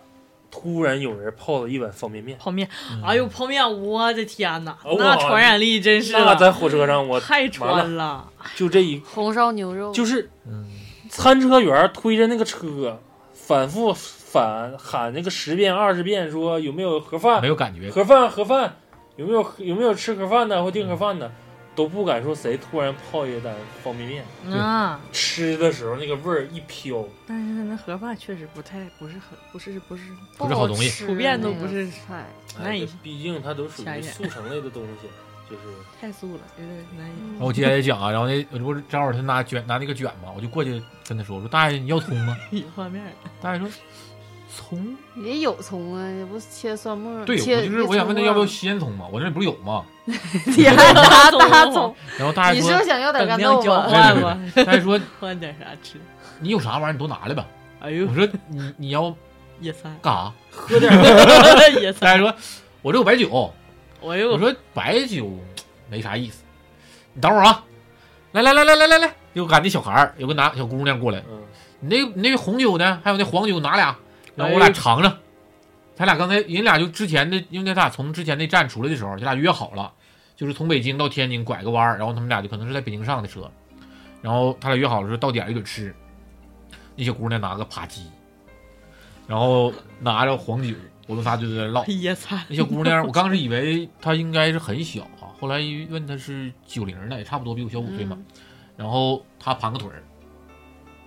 [SPEAKER 2] 突然有人泡了一碗方便面，
[SPEAKER 6] 泡面，哎呦，泡面，我的天哪，
[SPEAKER 2] 哦
[SPEAKER 6] 那
[SPEAKER 2] 我
[SPEAKER 6] 传染力真是
[SPEAKER 2] 那
[SPEAKER 6] 的，
[SPEAKER 2] 啊在火车上我
[SPEAKER 6] 太
[SPEAKER 2] 完
[SPEAKER 6] 穿了，
[SPEAKER 2] 就这一
[SPEAKER 4] 红烧牛肉，
[SPEAKER 2] 就是
[SPEAKER 3] 嗯，
[SPEAKER 2] 餐车员推着那个车，反复反喊那个十遍二十遍，说有没有盒饭
[SPEAKER 3] 没？有感觉，
[SPEAKER 2] 盒饭盒饭，有没有有没有吃盒饭的或订盒饭的？都不敢说谁突然泡一碗方便面，
[SPEAKER 3] 对
[SPEAKER 6] 啊，
[SPEAKER 2] 吃的时候那个味儿一飘，
[SPEAKER 6] 但是那盒饭确实不太不是很不是不是
[SPEAKER 3] 不是好东西
[SPEAKER 4] 吃
[SPEAKER 6] 普遍都不
[SPEAKER 4] 那个
[SPEAKER 6] 是
[SPEAKER 4] 菜。
[SPEAKER 6] 难以
[SPEAKER 2] 哎毕竟它都属
[SPEAKER 6] 下
[SPEAKER 2] 于
[SPEAKER 6] 咽
[SPEAKER 2] 速成类的东西，就是
[SPEAKER 6] 太素了，有点难以。
[SPEAKER 3] 然后我接下来讲啊，然后那我这不是正好他拿卷拿那个卷嘛，我就过去跟他说，我说大爷你要葱吗？
[SPEAKER 6] 以画 面，
[SPEAKER 3] 大爷说葱，
[SPEAKER 4] 也有葱啊，也不是切蒜末。
[SPEAKER 3] 对
[SPEAKER 4] 切啊
[SPEAKER 3] 我就是我想问他要不要，鲜葱嘛，我这不是有吗？
[SPEAKER 4] 你还拿大葱
[SPEAKER 6] 葱？
[SPEAKER 3] 然后大爷
[SPEAKER 4] 你是
[SPEAKER 3] 说
[SPEAKER 4] 不是想要点
[SPEAKER 6] 等
[SPEAKER 4] 干
[SPEAKER 6] 量
[SPEAKER 4] 豆腐？啊
[SPEAKER 6] 交
[SPEAKER 3] 对
[SPEAKER 6] 换
[SPEAKER 3] 对
[SPEAKER 6] 吧，
[SPEAKER 3] 大爷说
[SPEAKER 6] 换点啥吃？
[SPEAKER 3] 你有啥玩意儿你都拿来吧，
[SPEAKER 6] 哎呦
[SPEAKER 3] 我，说你你要，
[SPEAKER 6] 野餐
[SPEAKER 3] 干啥？
[SPEAKER 2] 喝点
[SPEAKER 3] 大
[SPEAKER 6] 野餐，
[SPEAKER 3] 爷说我这有白酒。
[SPEAKER 6] 我又
[SPEAKER 3] 我说白酒没啥意思，你等会儿啊，来来来来来来来，有赶那小孩儿，有个拿小姑娘过来，
[SPEAKER 2] 嗯，
[SPEAKER 3] 你那你那红酒呢？还有那黄酒拿俩，然后我俩尝尝。他俩刚才人俩就之前的，因为他俩从之前那站出来的时候，他俩约好了，就是从北京到天津拐个弯儿，然后他们俩就可能是在北京上的车，然后他俩约好了说到点儿就得吃。那小姑娘拿个扒鸡，然后拿着黄酒，我们仨就在那唠。
[SPEAKER 6] 野餐，
[SPEAKER 3] 那小姑娘，我刚开始以为她应该是很小啊，后来一问她是九零的，也差不多比我小五岁嘛。然后她盘个腿儿，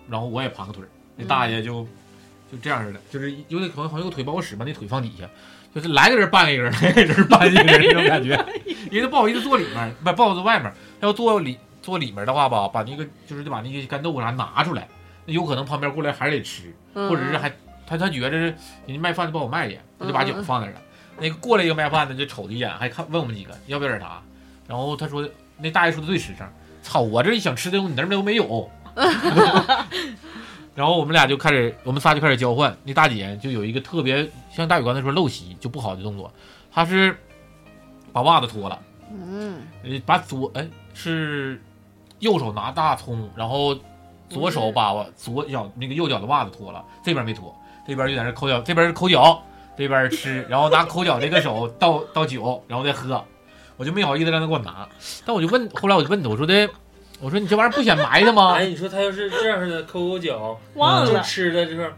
[SPEAKER 3] 然后我也盘个腿儿，那大爷就、就这样似的，就是有点可能好像有个腿不好使吧，那腿放底下，就是来个人搬一个人， 来个人搬一个人那种感觉，因为他不好意思坐里面儿，不不好意思坐外面儿，他要坐里坐里面儿的话吧，把那个就是得把那些干豆腐啥拿出来，那有可能旁边过来还得吃。
[SPEAKER 4] 嗯
[SPEAKER 3] 或者是还他他觉着是人家卖饭的不好卖去，他就把酒放那儿了。那个过来一个卖饭的就瞅他一眼，还看问我们几个要不要点啥，然后他说那大爷说的最实诚，操我这想吃的东西你那儿都没有。然后我们俩就开始，我们仨就开始交换。那大姐就有一个特别像大宇刚才说陋习就不好的动作，她是把袜子脱了，
[SPEAKER 4] 嗯，
[SPEAKER 3] 呃，把左哎是右手拿大葱，然后左手把
[SPEAKER 6] 嗯
[SPEAKER 3] 我左脚那个右脚的袜子脱了，这边没脱，这边就在那抠脚，这边是抠脚，这边吃，然后拿抠脚这个手 倒倒酒，然后再喝，我就没好意思让他给我拿，但我就问，后来我就问他，我说的，我说你这玩意儿不显埋汰 吗
[SPEAKER 2] 哎，？你说他要是这样似的抠抠 脚，
[SPEAKER 6] 忘
[SPEAKER 2] 就
[SPEAKER 6] 了，哎
[SPEAKER 2] 吃的这块儿，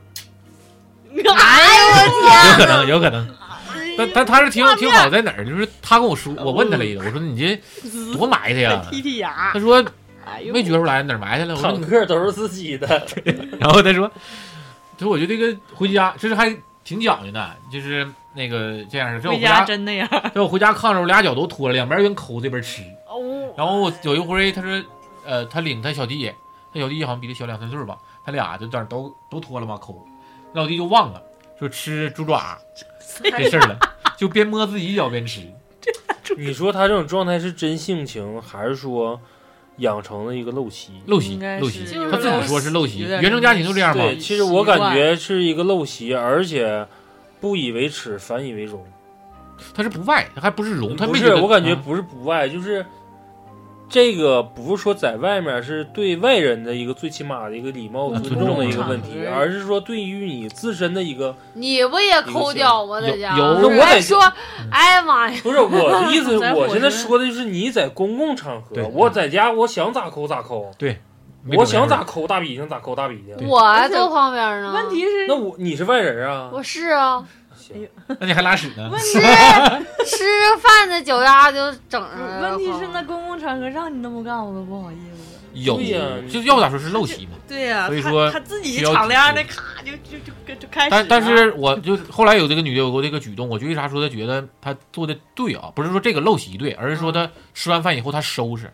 [SPEAKER 4] 哎
[SPEAKER 3] 有可能，有可能。但但他是挺挺好在哪儿？就是他跟我说，我问他了一个，我说你这多埋汰呀？
[SPEAKER 6] 踢踢牙，
[SPEAKER 3] 他说
[SPEAKER 6] 哎呦
[SPEAKER 3] 没觉出来哪儿埋汰了。我说
[SPEAKER 2] 坦
[SPEAKER 3] 你
[SPEAKER 2] 克都是自己的，
[SPEAKER 3] 然后他说，就我觉得这个回家这是还挺讲究的，就是那个这样式。这我
[SPEAKER 6] 回
[SPEAKER 3] 回家，
[SPEAKER 6] 家
[SPEAKER 3] 这
[SPEAKER 6] 真那样。
[SPEAKER 3] 我回家看着我俩脚都脱了，两边儿一边抠这边吃。
[SPEAKER 6] 哦，
[SPEAKER 3] 然后我有一回他说，呃，他领他小弟也，他小弟也好像比他小两三岁儿吧，他俩就在那儿都都脱了嘛抠，那老弟就忘了说吃猪爪这事儿了，就边摸自己脚边吃。
[SPEAKER 2] 你说他这种状态是真性情，还是说养成了一个陋习？
[SPEAKER 3] 陋习，
[SPEAKER 6] 应该
[SPEAKER 3] 陋
[SPEAKER 6] 是
[SPEAKER 3] 习
[SPEAKER 6] 有，
[SPEAKER 3] 他自
[SPEAKER 6] 点
[SPEAKER 3] 己说是陋习，
[SPEAKER 6] 有点
[SPEAKER 3] 原生家庭就这样嘛。
[SPEAKER 2] 对，
[SPEAKER 6] 习
[SPEAKER 2] 其实我
[SPEAKER 6] 惯
[SPEAKER 2] 感觉是一个陋习，而且不以为耻，反以为荣。
[SPEAKER 3] 他是不外，他还不是聋，他
[SPEAKER 2] 不
[SPEAKER 3] 没
[SPEAKER 2] 是，
[SPEAKER 3] 觉得
[SPEAKER 2] 我感觉
[SPEAKER 3] 嗯
[SPEAKER 2] 不是不爱，就是这个不是说在外面是对外人的一个最起码的一个礼貌
[SPEAKER 3] 嗯
[SPEAKER 2] 尊重的一个
[SPEAKER 3] 尊重
[SPEAKER 2] 问题，
[SPEAKER 6] 场合
[SPEAKER 2] 而是说对于你自身的一个
[SPEAKER 4] 你不也抠脚吗？
[SPEAKER 3] 有
[SPEAKER 4] 在家
[SPEAKER 3] 有
[SPEAKER 2] 那我得
[SPEAKER 4] 还说，哎呀妈呀，
[SPEAKER 2] 不是我的意思，
[SPEAKER 6] 在
[SPEAKER 2] 我
[SPEAKER 6] 火
[SPEAKER 2] 现在
[SPEAKER 6] 车
[SPEAKER 2] 说的就是你在公共场合
[SPEAKER 3] 对，
[SPEAKER 2] 我在家我想咋抠咋抠，
[SPEAKER 3] 没
[SPEAKER 2] 我
[SPEAKER 3] 准
[SPEAKER 2] 想
[SPEAKER 3] 没准
[SPEAKER 2] 咋抠大鼻涕咋抠大鼻涕。
[SPEAKER 4] 我还坐旁边呢。
[SPEAKER 6] 问题是
[SPEAKER 2] 那我你是外人啊？
[SPEAKER 4] 我是啊，
[SPEAKER 2] 行
[SPEAKER 3] 那你还拉屎呢？
[SPEAKER 4] 吃吃着饭的脚丫就整上了。
[SPEAKER 6] 嗯问题是那公共场合让你那么干，我都不好意思。
[SPEAKER 3] 有
[SPEAKER 2] 对呀，
[SPEAKER 3] 就要不咋说是陋习嘛。
[SPEAKER 6] 对呀、
[SPEAKER 3] 所以说
[SPEAKER 6] 他他自己
[SPEAKER 3] 需要
[SPEAKER 6] 敞亮的
[SPEAKER 3] 举
[SPEAKER 6] 咔就就就就就开始了。
[SPEAKER 3] 但但是我就后来有这个女的有过这个举动，我就为啥说她觉得她做的对啊？不是说这个陋习对，而是说她吃完饭以后她收拾，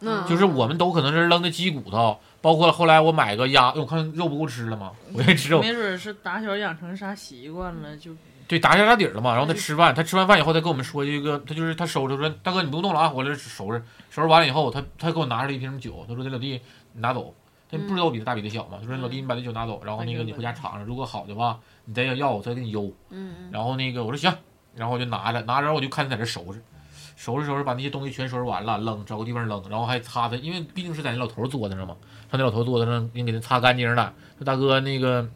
[SPEAKER 4] 嗯，
[SPEAKER 3] 就是我们都可能是扔的鸡骨头，包括后来我买个鸭，因哎为我看肉不够吃了嘛，我也吃肉，
[SPEAKER 6] 没准儿是打小养成啥习惯了，就
[SPEAKER 3] 对，打下打底儿了嘛。然后她吃饭，她吃完饭以后，她跟我们说一个，她就是她收拾说大哥你不用动了啊，我来收拾，收拾完了以后，她她给我拿出来一瓶酒，她说这老弟你拿走。她不知道我比她大比她小嘛，她说老弟你嗯把这酒拿走，然后那个你回家尝尝，如果好的话，你再要要我再给你邮。
[SPEAKER 4] 嗯，
[SPEAKER 3] 然后那个我说行，然后我就拿着拿着，我就看他在这收拾，收拾收拾，把那些东西全收拾完了，扔找个地方扔，然后还擦擦，因为毕竟是在那老头儿桌子上嘛，上那老头儿桌子上，你给他擦干净了。说大哥那个，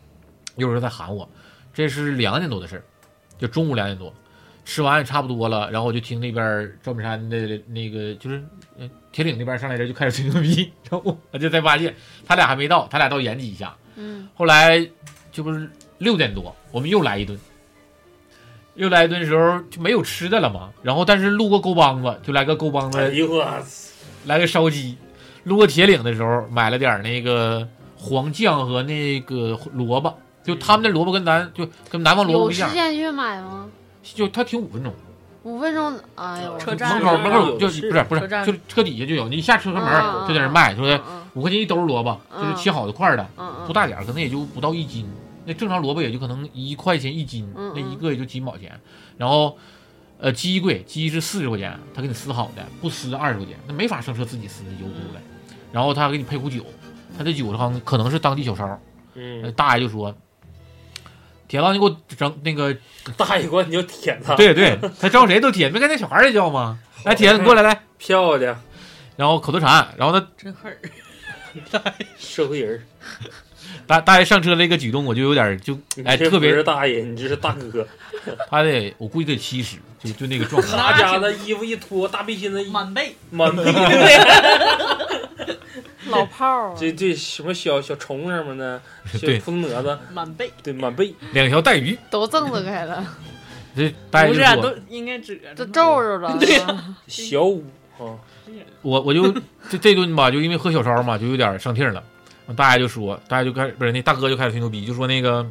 [SPEAKER 3] 一会儿再喊我，这是两点多的事儿，就中午两点多，吃完也差不多了，然后我就听那边儿赵本山的那个就是。呃铁岭那边上来人就开始吹牛逼，然后我就才发现他俩还没到，他俩到延吉一下，
[SPEAKER 4] 嗯
[SPEAKER 3] 后来这不是六点多，我们又来一顿，又来一顿的时候就没有吃的了嘛。然后但是路过沟帮子，就来个沟帮
[SPEAKER 2] 哎
[SPEAKER 3] 子，
[SPEAKER 2] 呦我
[SPEAKER 3] 来个烧鸡。路过铁岭的时候，买了点儿那个黄酱和那个萝卜，就他们的萝卜跟咱就跟南方萝卜
[SPEAKER 4] 有
[SPEAKER 3] 不一
[SPEAKER 4] 时
[SPEAKER 3] 样，
[SPEAKER 4] 间去买吗？
[SPEAKER 3] 就它停五分钟，
[SPEAKER 4] 五分钟，哎呦，
[SPEAKER 6] 车
[SPEAKER 3] 门
[SPEAKER 6] 站
[SPEAKER 3] 口门口
[SPEAKER 2] 有
[SPEAKER 3] 就
[SPEAKER 2] 的
[SPEAKER 3] 是
[SPEAKER 2] 是
[SPEAKER 3] 不是不
[SPEAKER 6] 车
[SPEAKER 3] 是，
[SPEAKER 6] 站
[SPEAKER 3] 就是车底下就有，你一下车门
[SPEAKER 4] 嗯
[SPEAKER 3] 儿就在那儿卖，说
[SPEAKER 4] 嗯
[SPEAKER 3] 五块钱一兜萝卜，就是切好的块儿的，
[SPEAKER 4] 嗯
[SPEAKER 3] 不
[SPEAKER 4] 嗯
[SPEAKER 3] 大点儿，可能也就不到一斤。那正常萝卜也就可能一块钱一斤，
[SPEAKER 4] 嗯
[SPEAKER 3] 那
[SPEAKER 4] 嗯
[SPEAKER 3] 一个也就几毛钱。然后，呃，鸡贵，鸡是四十块钱，他给你撕好的，不撕二十块钱，那没法生车自己撕的油乎的。然后他给你配壶酒，他这酒好像可能是当地小烧。呃
[SPEAKER 2] 嗯，
[SPEAKER 3] 大爷就说：“铁子，你给我整那个，
[SPEAKER 2] 大一关你就舔他，
[SPEAKER 3] 对对，他招谁都舔，没看那小孩儿也叫吗？来，铁子，你过来来。
[SPEAKER 2] 漂亮，”
[SPEAKER 3] 然后口头禅，然后他
[SPEAKER 6] 真狠儿。
[SPEAKER 2] 社会人儿。
[SPEAKER 3] 大大爷上车那个举动，我就有点儿就
[SPEAKER 2] 你
[SPEAKER 3] 哎
[SPEAKER 2] 这
[SPEAKER 3] 特
[SPEAKER 2] 不
[SPEAKER 3] 别
[SPEAKER 2] 是，大爷，你这是大哥。
[SPEAKER 3] 他得我估计得七十，就就那个状态。
[SPEAKER 2] 他家的衣服一脱，大背心子一
[SPEAKER 6] 满背，
[SPEAKER 2] 满背的，
[SPEAKER 4] 老炮儿，
[SPEAKER 2] 这这什么小小虫啊什么 的，小
[SPEAKER 3] 对
[SPEAKER 2] 扑通蛾子，
[SPEAKER 6] 满背，
[SPEAKER 2] 对，满背。
[SPEAKER 3] 两条带鱼，
[SPEAKER 4] 都挣得 开了，
[SPEAKER 3] 这大
[SPEAKER 6] 不
[SPEAKER 3] 家
[SPEAKER 6] 是啊
[SPEAKER 3] 就
[SPEAKER 6] 都
[SPEAKER 3] 说，
[SPEAKER 6] 应该褶着
[SPEAKER 4] 都
[SPEAKER 6] 呢
[SPEAKER 4] 皱着了。对，
[SPEAKER 2] 小五啊，
[SPEAKER 3] 我我就这这顿吧，就因为喝小烧嘛，就有点上听了。大家就说，大家就开始不是那大哥就开始吹牛逼，就说那个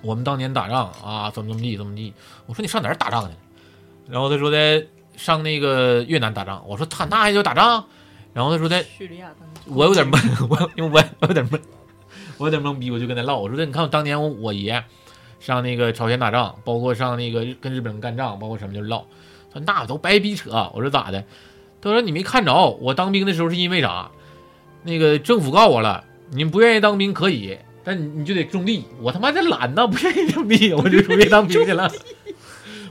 [SPEAKER 3] 我们当年打仗啊，怎么怎么地怎么地。我说你上哪儿打仗去了？然后他说的上那个越南打仗。我说他那还叫打仗？然后他说的
[SPEAKER 6] 叙利亚当
[SPEAKER 3] 我有点闷，我因为我我有点闷，我有点懵逼，我就跟他唠，我说这你看我当年我我爷上那个朝鲜打仗，包括上那个日跟日本人干仗，包括什么就唠，他说那都白逼扯，我说咋的？他说你没看着我当兵的时候是因为啥？那个政府告我了，你不愿意当兵可以，但你你就得种地。我他妈这懒呐，不 愿意种地，我就出去当兵去了。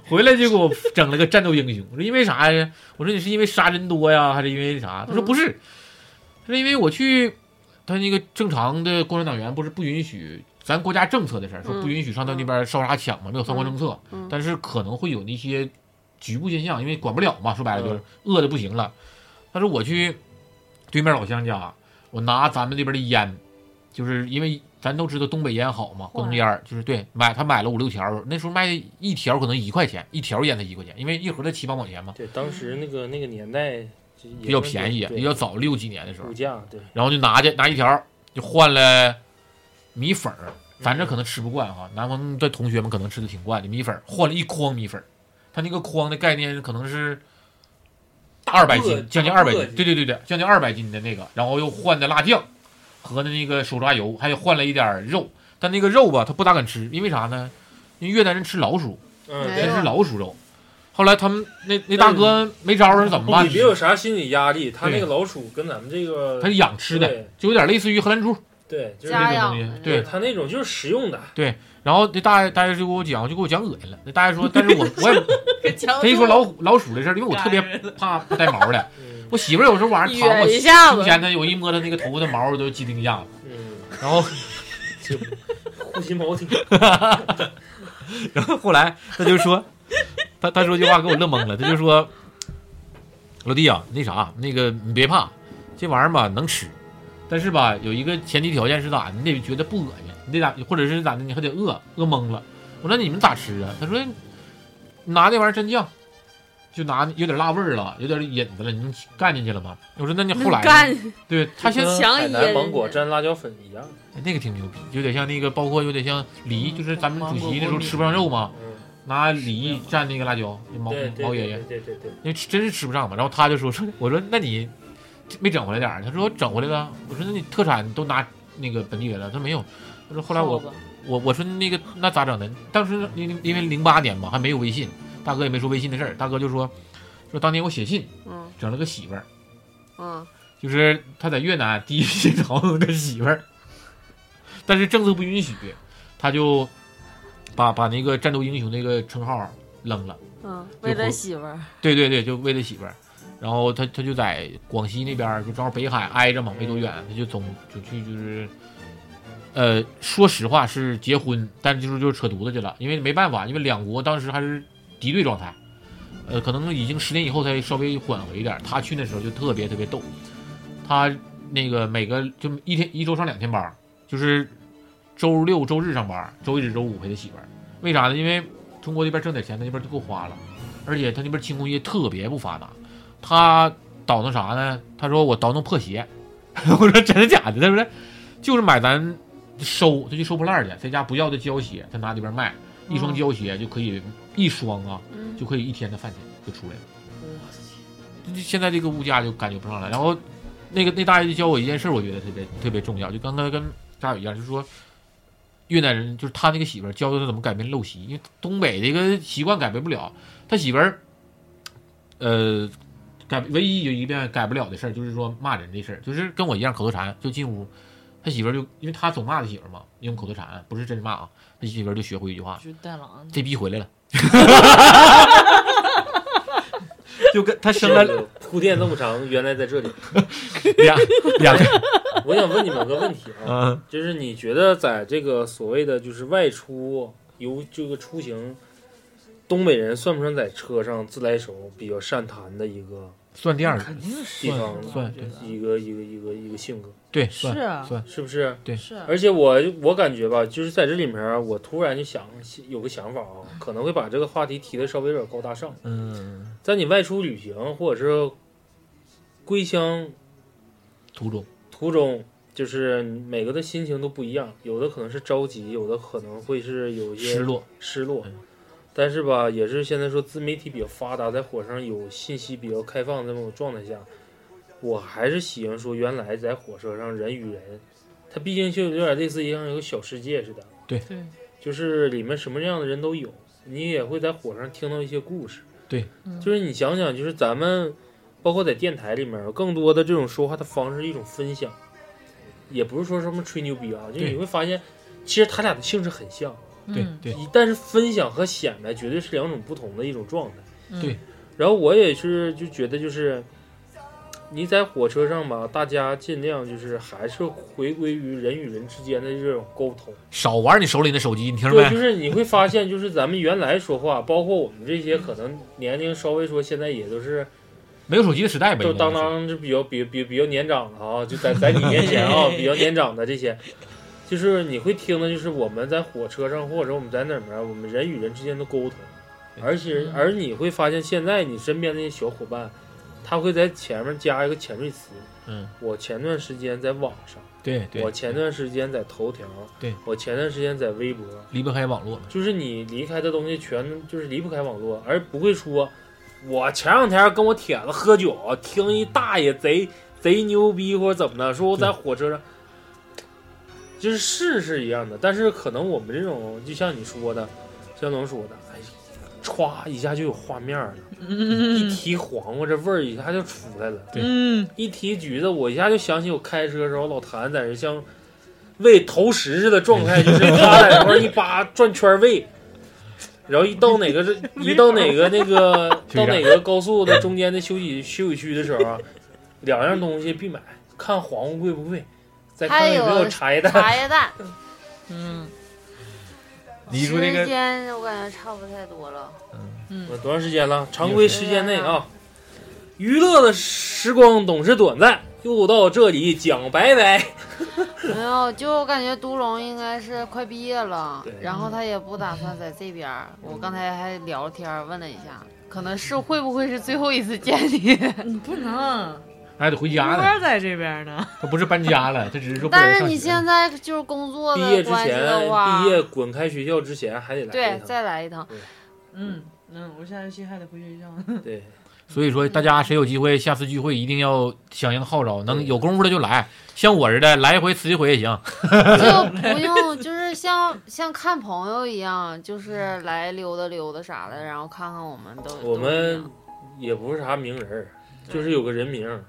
[SPEAKER 3] 回来就给我整了个战斗英雄，我说因为啥呀？我说你是因为杀人多呀，还是因为啥？他说不是，他说因为我去，他那个正常的共产党员不是不允许，咱国家政策的事儿说不允许上到那边烧杀抢嘛，没有相关政策，
[SPEAKER 4] 嗯
[SPEAKER 3] 但是可能会有那些局部现象，因为管不了嘛，说
[SPEAKER 2] 嗯
[SPEAKER 3] 白了就是饿的不行了。他说我去对面老乡家，啊我拿咱们这边的烟，就是因为咱都知道东北烟好嘛，
[SPEAKER 4] 哇
[SPEAKER 3] 光烟
[SPEAKER 2] 嗯
[SPEAKER 3] 儿就是对买他买了五六条儿，那时候卖一条可能一块钱，一条烟才一块钱，因为一盒才七八毛钱嘛，
[SPEAKER 2] 对，当时那个那个年代就也
[SPEAKER 3] 比较便宜，啊
[SPEAKER 2] 对
[SPEAKER 3] 比较早六几年的时候
[SPEAKER 2] 物，价对，
[SPEAKER 3] 然后就拿去拿一条就换了米粉儿，咱这可能吃不惯哈，南方的同学们可能吃的挺惯的米粉儿，换了一筐米粉儿，它那个筐的概念可能是二百
[SPEAKER 2] 个
[SPEAKER 3] 斤，将近
[SPEAKER 2] 大
[SPEAKER 3] 二
[SPEAKER 2] 个
[SPEAKER 3] 百斤，
[SPEAKER 2] 斤
[SPEAKER 3] 对对对对，将近二百斤的那个，然后又换的辣酱和那个手抓油，还有换了一点儿肉，但那个肉吧，他不大敢吃，因为啥呢？因为越南人吃老鼠，
[SPEAKER 2] 嗯，
[SPEAKER 4] 哎
[SPEAKER 3] 全
[SPEAKER 2] 对
[SPEAKER 4] 呦
[SPEAKER 3] 是老鼠肉。后来他们那那大哥没招儿，怎么办
[SPEAKER 2] 你
[SPEAKER 3] 呢？
[SPEAKER 2] 别有啥心理压力，他那
[SPEAKER 3] 对
[SPEAKER 2] 个老鼠跟咱们这个
[SPEAKER 3] 他是养吃的
[SPEAKER 2] 对，
[SPEAKER 3] 就有点类似于荷兰猪，
[SPEAKER 2] 对，就是
[SPEAKER 4] 家
[SPEAKER 3] 那
[SPEAKER 2] 那
[SPEAKER 3] 种
[SPEAKER 2] 种，
[SPEAKER 4] 养
[SPEAKER 3] 东西
[SPEAKER 4] 的
[SPEAKER 3] 对
[SPEAKER 4] 那种
[SPEAKER 2] 他那种就是实用的，
[SPEAKER 3] 然后那大爷大爷就给我讲，就给我讲恶心了。那大爷 说，但是我我也他一说老虎老鼠的事儿，因为我特别怕怕带毛的。
[SPEAKER 2] 嗯
[SPEAKER 3] 我媳妇儿有时候晚上躺我
[SPEAKER 4] 远一下
[SPEAKER 3] 胸
[SPEAKER 4] 子，
[SPEAKER 3] 前，她有一摸她那个头，的毛我都鸡丁一下子。
[SPEAKER 2] 嗯，
[SPEAKER 3] 然后
[SPEAKER 2] 就护心毛挺，
[SPEAKER 3] 然后后来他就说，他他说句话给我乐懵了，他就说，老弟啊，那啥，那个你别怕，这玩意儿吧能吃，但是吧有一个前提条件是咋，你得觉得不恶心，你得咋，或者是咋的，你还得饿饿懵了。我说那你们咋吃啊？他说拿那玩意儿蘸酱，就拿有点辣味儿了，有点引子了，你能干进去了吗？我说那你后来呢
[SPEAKER 4] 干
[SPEAKER 3] 对他先哎
[SPEAKER 2] 跟
[SPEAKER 4] 强
[SPEAKER 2] 海
[SPEAKER 4] 也
[SPEAKER 2] 南芒果蘸辣椒粉一样，
[SPEAKER 3] 那个挺牛逼，有点像那个，包括有点像梨，就是咱们主席那时候
[SPEAKER 5] 芒果
[SPEAKER 3] 吃不上肉嘛，
[SPEAKER 2] 嗯，
[SPEAKER 3] 拿梨蘸那个辣椒，就毛
[SPEAKER 2] 对对
[SPEAKER 3] 毛
[SPEAKER 2] 对
[SPEAKER 3] 爷爷
[SPEAKER 2] 对，对对对，
[SPEAKER 3] 因为吃真是吃不上嘛。然后他就说说，我说那你没整回来点儿？他说我整回来了。我说那你特产都拿那个本地人了？他说没有。他说后来我我我说那个那咋整的？当时因为因为零八年嘛，还没有微信，大哥也没说微信的事儿。大哥就说说当年我写信
[SPEAKER 4] 嗯
[SPEAKER 3] 整了个媳妇儿，
[SPEAKER 4] 嗯，
[SPEAKER 3] 就是他在越南第一批找到的媳妇儿，但是政策不允许，他就把把那个战斗英雄那个称号扔了。
[SPEAKER 4] 嗯，为了媳妇
[SPEAKER 6] 啊
[SPEAKER 4] 儿，
[SPEAKER 3] 对对对，就为了媳妇儿。然后他他就在广西那边儿，就正好北海挨着嘛，没多远，他就总就去就是，呃，说实话是结婚，但是就是就是扯犊子去了，因为没办法，因为两国当时还是敌对状态，呃，可能已经十年以后才稍微缓和一点儿。他去那时候就特别特别逗，他那个每个就一天一周上两天班儿，就是周六周日上班儿，周一至周五陪他媳妇儿。为啥呢？因为中国那边挣点钱，他那边就够花了。而且他那边轻工业特别不发达，他倒腾啥呢？他说我倒腾破鞋， 我说真的假的？他说就是买咱收，他去收破烂儿去，在家不要的胶鞋，他拿那边卖，一双胶鞋就可以一双啊，
[SPEAKER 4] 嗯
[SPEAKER 3] 就可以一天的饭钱就出来了。这现在这个物价就感觉不上来。然后那个那大爷就教我一件事儿，我觉得特别特别重要，就刚才跟大宇一样，就是说越南人就是他那个媳妇儿教他怎么改变陋习，因为东北这个习惯改变不了。他媳妇儿，呃，改唯一有一遍改不了的事儿就是说骂人这事儿，就是跟我一样口头禅，就进屋。他媳妇儿就因为他总骂他媳妇儿嘛，用口头禅，不是真骂啊。他媳妇儿就学会一句话，
[SPEAKER 6] 就是带狼，
[SPEAKER 3] 这逼回来了， 就跟他生了
[SPEAKER 2] 这个铺垫那么长，原来在这里。
[SPEAKER 3] 两两个，
[SPEAKER 2] 我想问你们个问题啊，
[SPEAKER 3] 嗯，
[SPEAKER 2] 就是你觉得在这个所谓的就是外出游这个出行，东北人算不算在车上自来熟比较善谈的一个
[SPEAKER 3] 算第二个，
[SPEAKER 6] 肯定是
[SPEAKER 2] 地方
[SPEAKER 6] 啊
[SPEAKER 3] 算
[SPEAKER 6] 我觉得
[SPEAKER 2] 一个一个一个一个性格？
[SPEAKER 3] 对，
[SPEAKER 6] 是
[SPEAKER 3] 算
[SPEAKER 6] 啊
[SPEAKER 3] 算，
[SPEAKER 2] 是不是？
[SPEAKER 6] 是啊，
[SPEAKER 2] 而且我我感觉吧，就是在这里面啊，我突然就想有个想法啊，可能会把这个话题提的稍微有点高大上。
[SPEAKER 3] 嗯，
[SPEAKER 2] 在你外出旅行或者是归乡
[SPEAKER 3] 途中
[SPEAKER 2] 途中，就是每个的心情都不一样，有的可能是着急，有的可能会是有一些
[SPEAKER 3] 失落，
[SPEAKER 2] 失落
[SPEAKER 3] 嗯。
[SPEAKER 2] 但是吧，也是现在说自媒体比较发达，在火车上有信息比较开放的这种状态下，我还是喜欢说原来在火车上人与人，它毕竟就有点类似于像一个小世界似的。
[SPEAKER 3] 对
[SPEAKER 6] 对，
[SPEAKER 2] 就是里面什么样的人都有，你也会在火车上听到一些故事。
[SPEAKER 3] 对
[SPEAKER 6] 嗯
[SPEAKER 2] 就是你想想，就是咱们包括在电台里面，更多的这种说话的方式，一种分享。也不是说什么吹牛逼啊，就
[SPEAKER 3] 对
[SPEAKER 2] 你会发现，其实他俩的性质很像，
[SPEAKER 3] 对
[SPEAKER 6] 嗯
[SPEAKER 3] 对，
[SPEAKER 2] 一但是分享和显摆绝对是两种不同的一种状态。
[SPEAKER 6] 嗯
[SPEAKER 3] 对
[SPEAKER 2] 然后我也是就觉得就是，你在火车上吧，大家尽量就是还是回归于人与人之间的这种沟通。
[SPEAKER 3] 少玩你手里那手机，你听着
[SPEAKER 2] 对，
[SPEAKER 3] 没
[SPEAKER 2] 就？是你会发现，就是咱们原来说话，包括我们这些可能年龄稍微说现在也都是
[SPEAKER 3] 没有手机的时代呗，
[SPEAKER 2] 都
[SPEAKER 3] 应该
[SPEAKER 2] 当
[SPEAKER 3] 是
[SPEAKER 2] 当就比较比比比较年长的啊，就在在你面前啊，比较年长的这些，就是你会听的，就是我们在火车上或者我们在哪儿面，我们人与人之间的沟通，而且而你会发现，现在你身边那些小伙伴，他会在前面加一个潜缀词。
[SPEAKER 3] 嗯，
[SPEAKER 2] 我前段时间在网上，
[SPEAKER 3] 对对，
[SPEAKER 2] 我前段时间在头条，
[SPEAKER 3] 对
[SPEAKER 2] 我前段时间在微博，
[SPEAKER 3] 离不开网络了，
[SPEAKER 2] 就是你离开的东西全就是离不开网络，而不会说，我前两天跟我铁子喝酒，听一大爷贼贼牛逼或者怎么的，说我在火车上，就是事是一样的，但是可能我们这种就像你说的，像龙说的，哎，歘一下就有画面了，一提黄瓜这味儿一下就出来了，
[SPEAKER 6] 嗯，
[SPEAKER 2] 一提橘子，我一下就想起我开车的时候，老谭在这像喂投食似的状态，就是他在那块儿一扒转圈儿喂，然后一到哪个 是一到哪个那个
[SPEAKER 3] 就
[SPEAKER 2] 到
[SPEAKER 3] 是这样
[SPEAKER 2] 哪个高速的中间的休息休息区的时候啊，两样东西必买，看黄瓜贵不贵，再看看有没有茶叶蛋。
[SPEAKER 4] 茶叶 蛋，
[SPEAKER 6] 嗯
[SPEAKER 3] 离住那
[SPEAKER 4] 时
[SPEAKER 3] 个
[SPEAKER 4] 间我感觉差不太多了。
[SPEAKER 2] 呃多长时间了？常规时间内啊，娱乐的时光总是短暂，又到这里讲拜拜。
[SPEAKER 4] 没有，就我感觉都龙应该是快毕业了
[SPEAKER 2] 对，嗯
[SPEAKER 4] 然后他也不打算在这边儿。我刚才还聊天儿问了一下，可能是会不会是最后一次见你？
[SPEAKER 6] 嗯，不能，
[SPEAKER 3] 还哎得回
[SPEAKER 6] 公
[SPEAKER 3] 家
[SPEAKER 6] 班
[SPEAKER 3] 呢，
[SPEAKER 6] 在这边 呢。
[SPEAKER 3] 他不是搬家了，他只是说不
[SPEAKER 4] 但
[SPEAKER 3] 来
[SPEAKER 4] 是
[SPEAKER 3] 上
[SPEAKER 4] 你
[SPEAKER 3] 学
[SPEAKER 4] 现
[SPEAKER 3] 了。
[SPEAKER 4] 在就是工作
[SPEAKER 2] 毕业
[SPEAKER 4] 的
[SPEAKER 2] 之
[SPEAKER 4] 关系
[SPEAKER 2] 前，
[SPEAKER 4] 的话，
[SPEAKER 2] 毕业滚开学校之前还得来
[SPEAKER 4] 对
[SPEAKER 2] 一，趟。
[SPEAKER 4] 再来一趟。
[SPEAKER 6] 嗯嗯，我下学期还得回学校。
[SPEAKER 2] 对，
[SPEAKER 3] 所以说，大家谁有机会下次聚会一定要响应号召，能有功夫的就来，像我似的来一回吃一回也行。
[SPEAKER 4] 就不用，就是像像看朋友一样，就是来溜达溜达啥的，然后看看我们都
[SPEAKER 2] 我们也不是啥名人儿，就是有个人名 儿，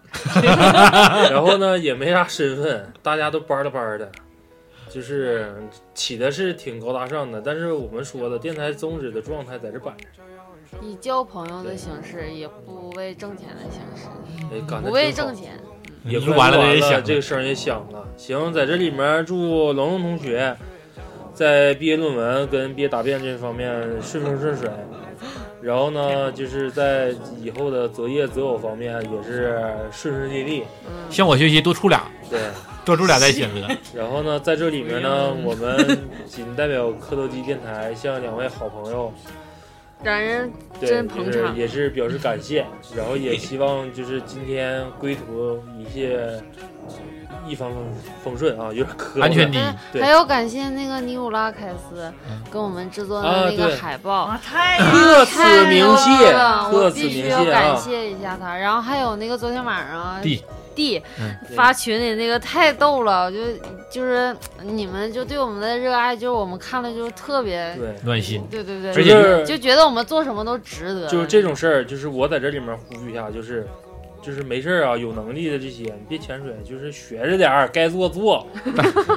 [SPEAKER 2] 然后呢也没啥身份，大家都班儿了班儿的，就是起的是挺高大上的，但是我们说的电台宗旨的状态在这摆着。
[SPEAKER 4] 都一样以交朋友的形式，也不为挣钱的形式，
[SPEAKER 2] 哎，干
[SPEAKER 4] 不
[SPEAKER 2] 得
[SPEAKER 4] 为
[SPEAKER 2] 挺好
[SPEAKER 4] 挣，钱。
[SPEAKER 2] 也
[SPEAKER 3] 录
[SPEAKER 2] 快
[SPEAKER 3] 完
[SPEAKER 2] 了，
[SPEAKER 3] 这也响了，
[SPEAKER 2] 这个声儿也响了。行，在这里面祝龙龙同学在毕业论文跟毕业答辩这方面顺风顺水。然后呢，就是在以后的择业择偶方面也是顺顺利利。
[SPEAKER 4] 嗯，
[SPEAKER 3] 向我学习多出俩，
[SPEAKER 2] 对，
[SPEAKER 3] 多出俩再选 择。
[SPEAKER 2] 然后呢，在这里面呢，我们仅代表磕头机电台向两位好朋友，
[SPEAKER 4] 让人
[SPEAKER 2] 对，
[SPEAKER 4] 真捧
[SPEAKER 2] 就
[SPEAKER 4] 场
[SPEAKER 2] 是也是表示感谢，然后也希望就是今天归途一切一帆风风顺啊，有点磕巴
[SPEAKER 3] 安全第一
[SPEAKER 4] 哎
[SPEAKER 2] 嗯对
[SPEAKER 4] 还要感谢那个尼古拉凯斯
[SPEAKER 3] 嗯
[SPEAKER 4] 跟我们制作
[SPEAKER 2] 啊
[SPEAKER 4] 的
[SPEAKER 2] 对
[SPEAKER 4] 那个海报，
[SPEAKER 6] 啊，太
[SPEAKER 2] 特此鸣谢
[SPEAKER 4] 太棒，了
[SPEAKER 2] 特
[SPEAKER 4] 我
[SPEAKER 2] 此
[SPEAKER 4] 必
[SPEAKER 2] 鸣
[SPEAKER 4] 须要
[SPEAKER 2] 谢
[SPEAKER 4] 感
[SPEAKER 2] 啊！
[SPEAKER 4] 谢一下他。然后还有那个昨天晚上
[SPEAKER 3] 弟
[SPEAKER 4] 弟
[SPEAKER 3] 嗯
[SPEAKER 4] 发群里那个太逗了，我就就是你们就对我们的热爱，就是我们看了就特别，
[SPEAKER 2] 对，
[SPEAKER 3] 暖心，
[SPEAKER 4] 对对对，
[SPEAKER 3] 而且
[SPEAKER 2] 就是
[SPEAKER 4] 就觉得我们做什么都值得，
[SPEAKER 2] 就是这种事儿，就是我在这里面呼吁一下，就是就是没事儿啊，有能力的这些，你别潜水，就是学着点儿，该做 做，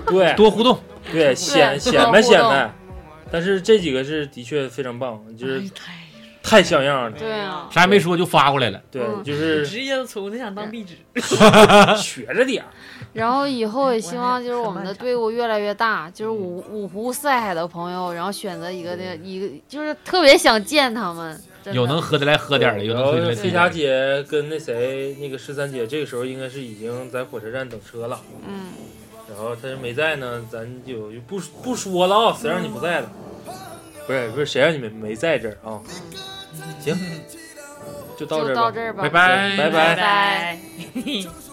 [SPEAKER 2] 对
[SPEAKER 3] 多互动。
[SPEAKER 2] 对，显
[SPEAKER 4] 对
[SPEAKER 2] 显摆
[SPEAKER 4] 多互
[SPEAKER 2] 显
[SPEAKER 4] 动
[SPEAKER 2] 摆。但是这几个是的确非常棒，就是
[SPEAKER 3] 哎
[SPEAKER 6] 太
[SPEAKER 2] 太像样了。
[SPEAKER 4] 对啊，
[SPEAKER 3] 啥也没说就发过来了，
[SPEAKER 2] 对，
[SPEAKER 4] 嗯
[SPEAKER 2] 就是
[SPEAKER 6] 直接就从那想当壁纸。
[SPEAKER 2] 学着 点儿。
[SPEAKER 4] 然后以后也希望就是我们的队伍越来越大，就是五五湖四海的朋友，然后选择一个那一个，就是特别想见他们，真的
[SPEAKER 3] 有能合得来喝点儿的，有
[SPEAKER 2] 然
[SPEAKER 3] 能
[SPEAKER 2] 后
[SPEAKER 3] 喝得来喝
[SPEAKER 2] 飞
[SPEAKER 3] 点
[SPEAKER 2] 霞
[SPEAKER 3] 儿的。
[SPEAKER 2] 姐跟那谁那个十三姐，这个时候应该是已经在火车站等车了。
[SPEAKER 4] 嗯，
[SPEAKER 2] 然后他没在呢，咱就就不不说了啊，谁让你不在了？不是不是，谁让你们没在这儿啊？行，就到这
[SPEAKER 4] 就
[SPEAKER 2] 儿吧
[SPEAKER 4] 到这。儿吧，
[SPEAKER 3] 嗯拜拜
[SPEAKER 2] 拜拜
[SPEAKER 4] 拜
[SPEAKER 6] 拜。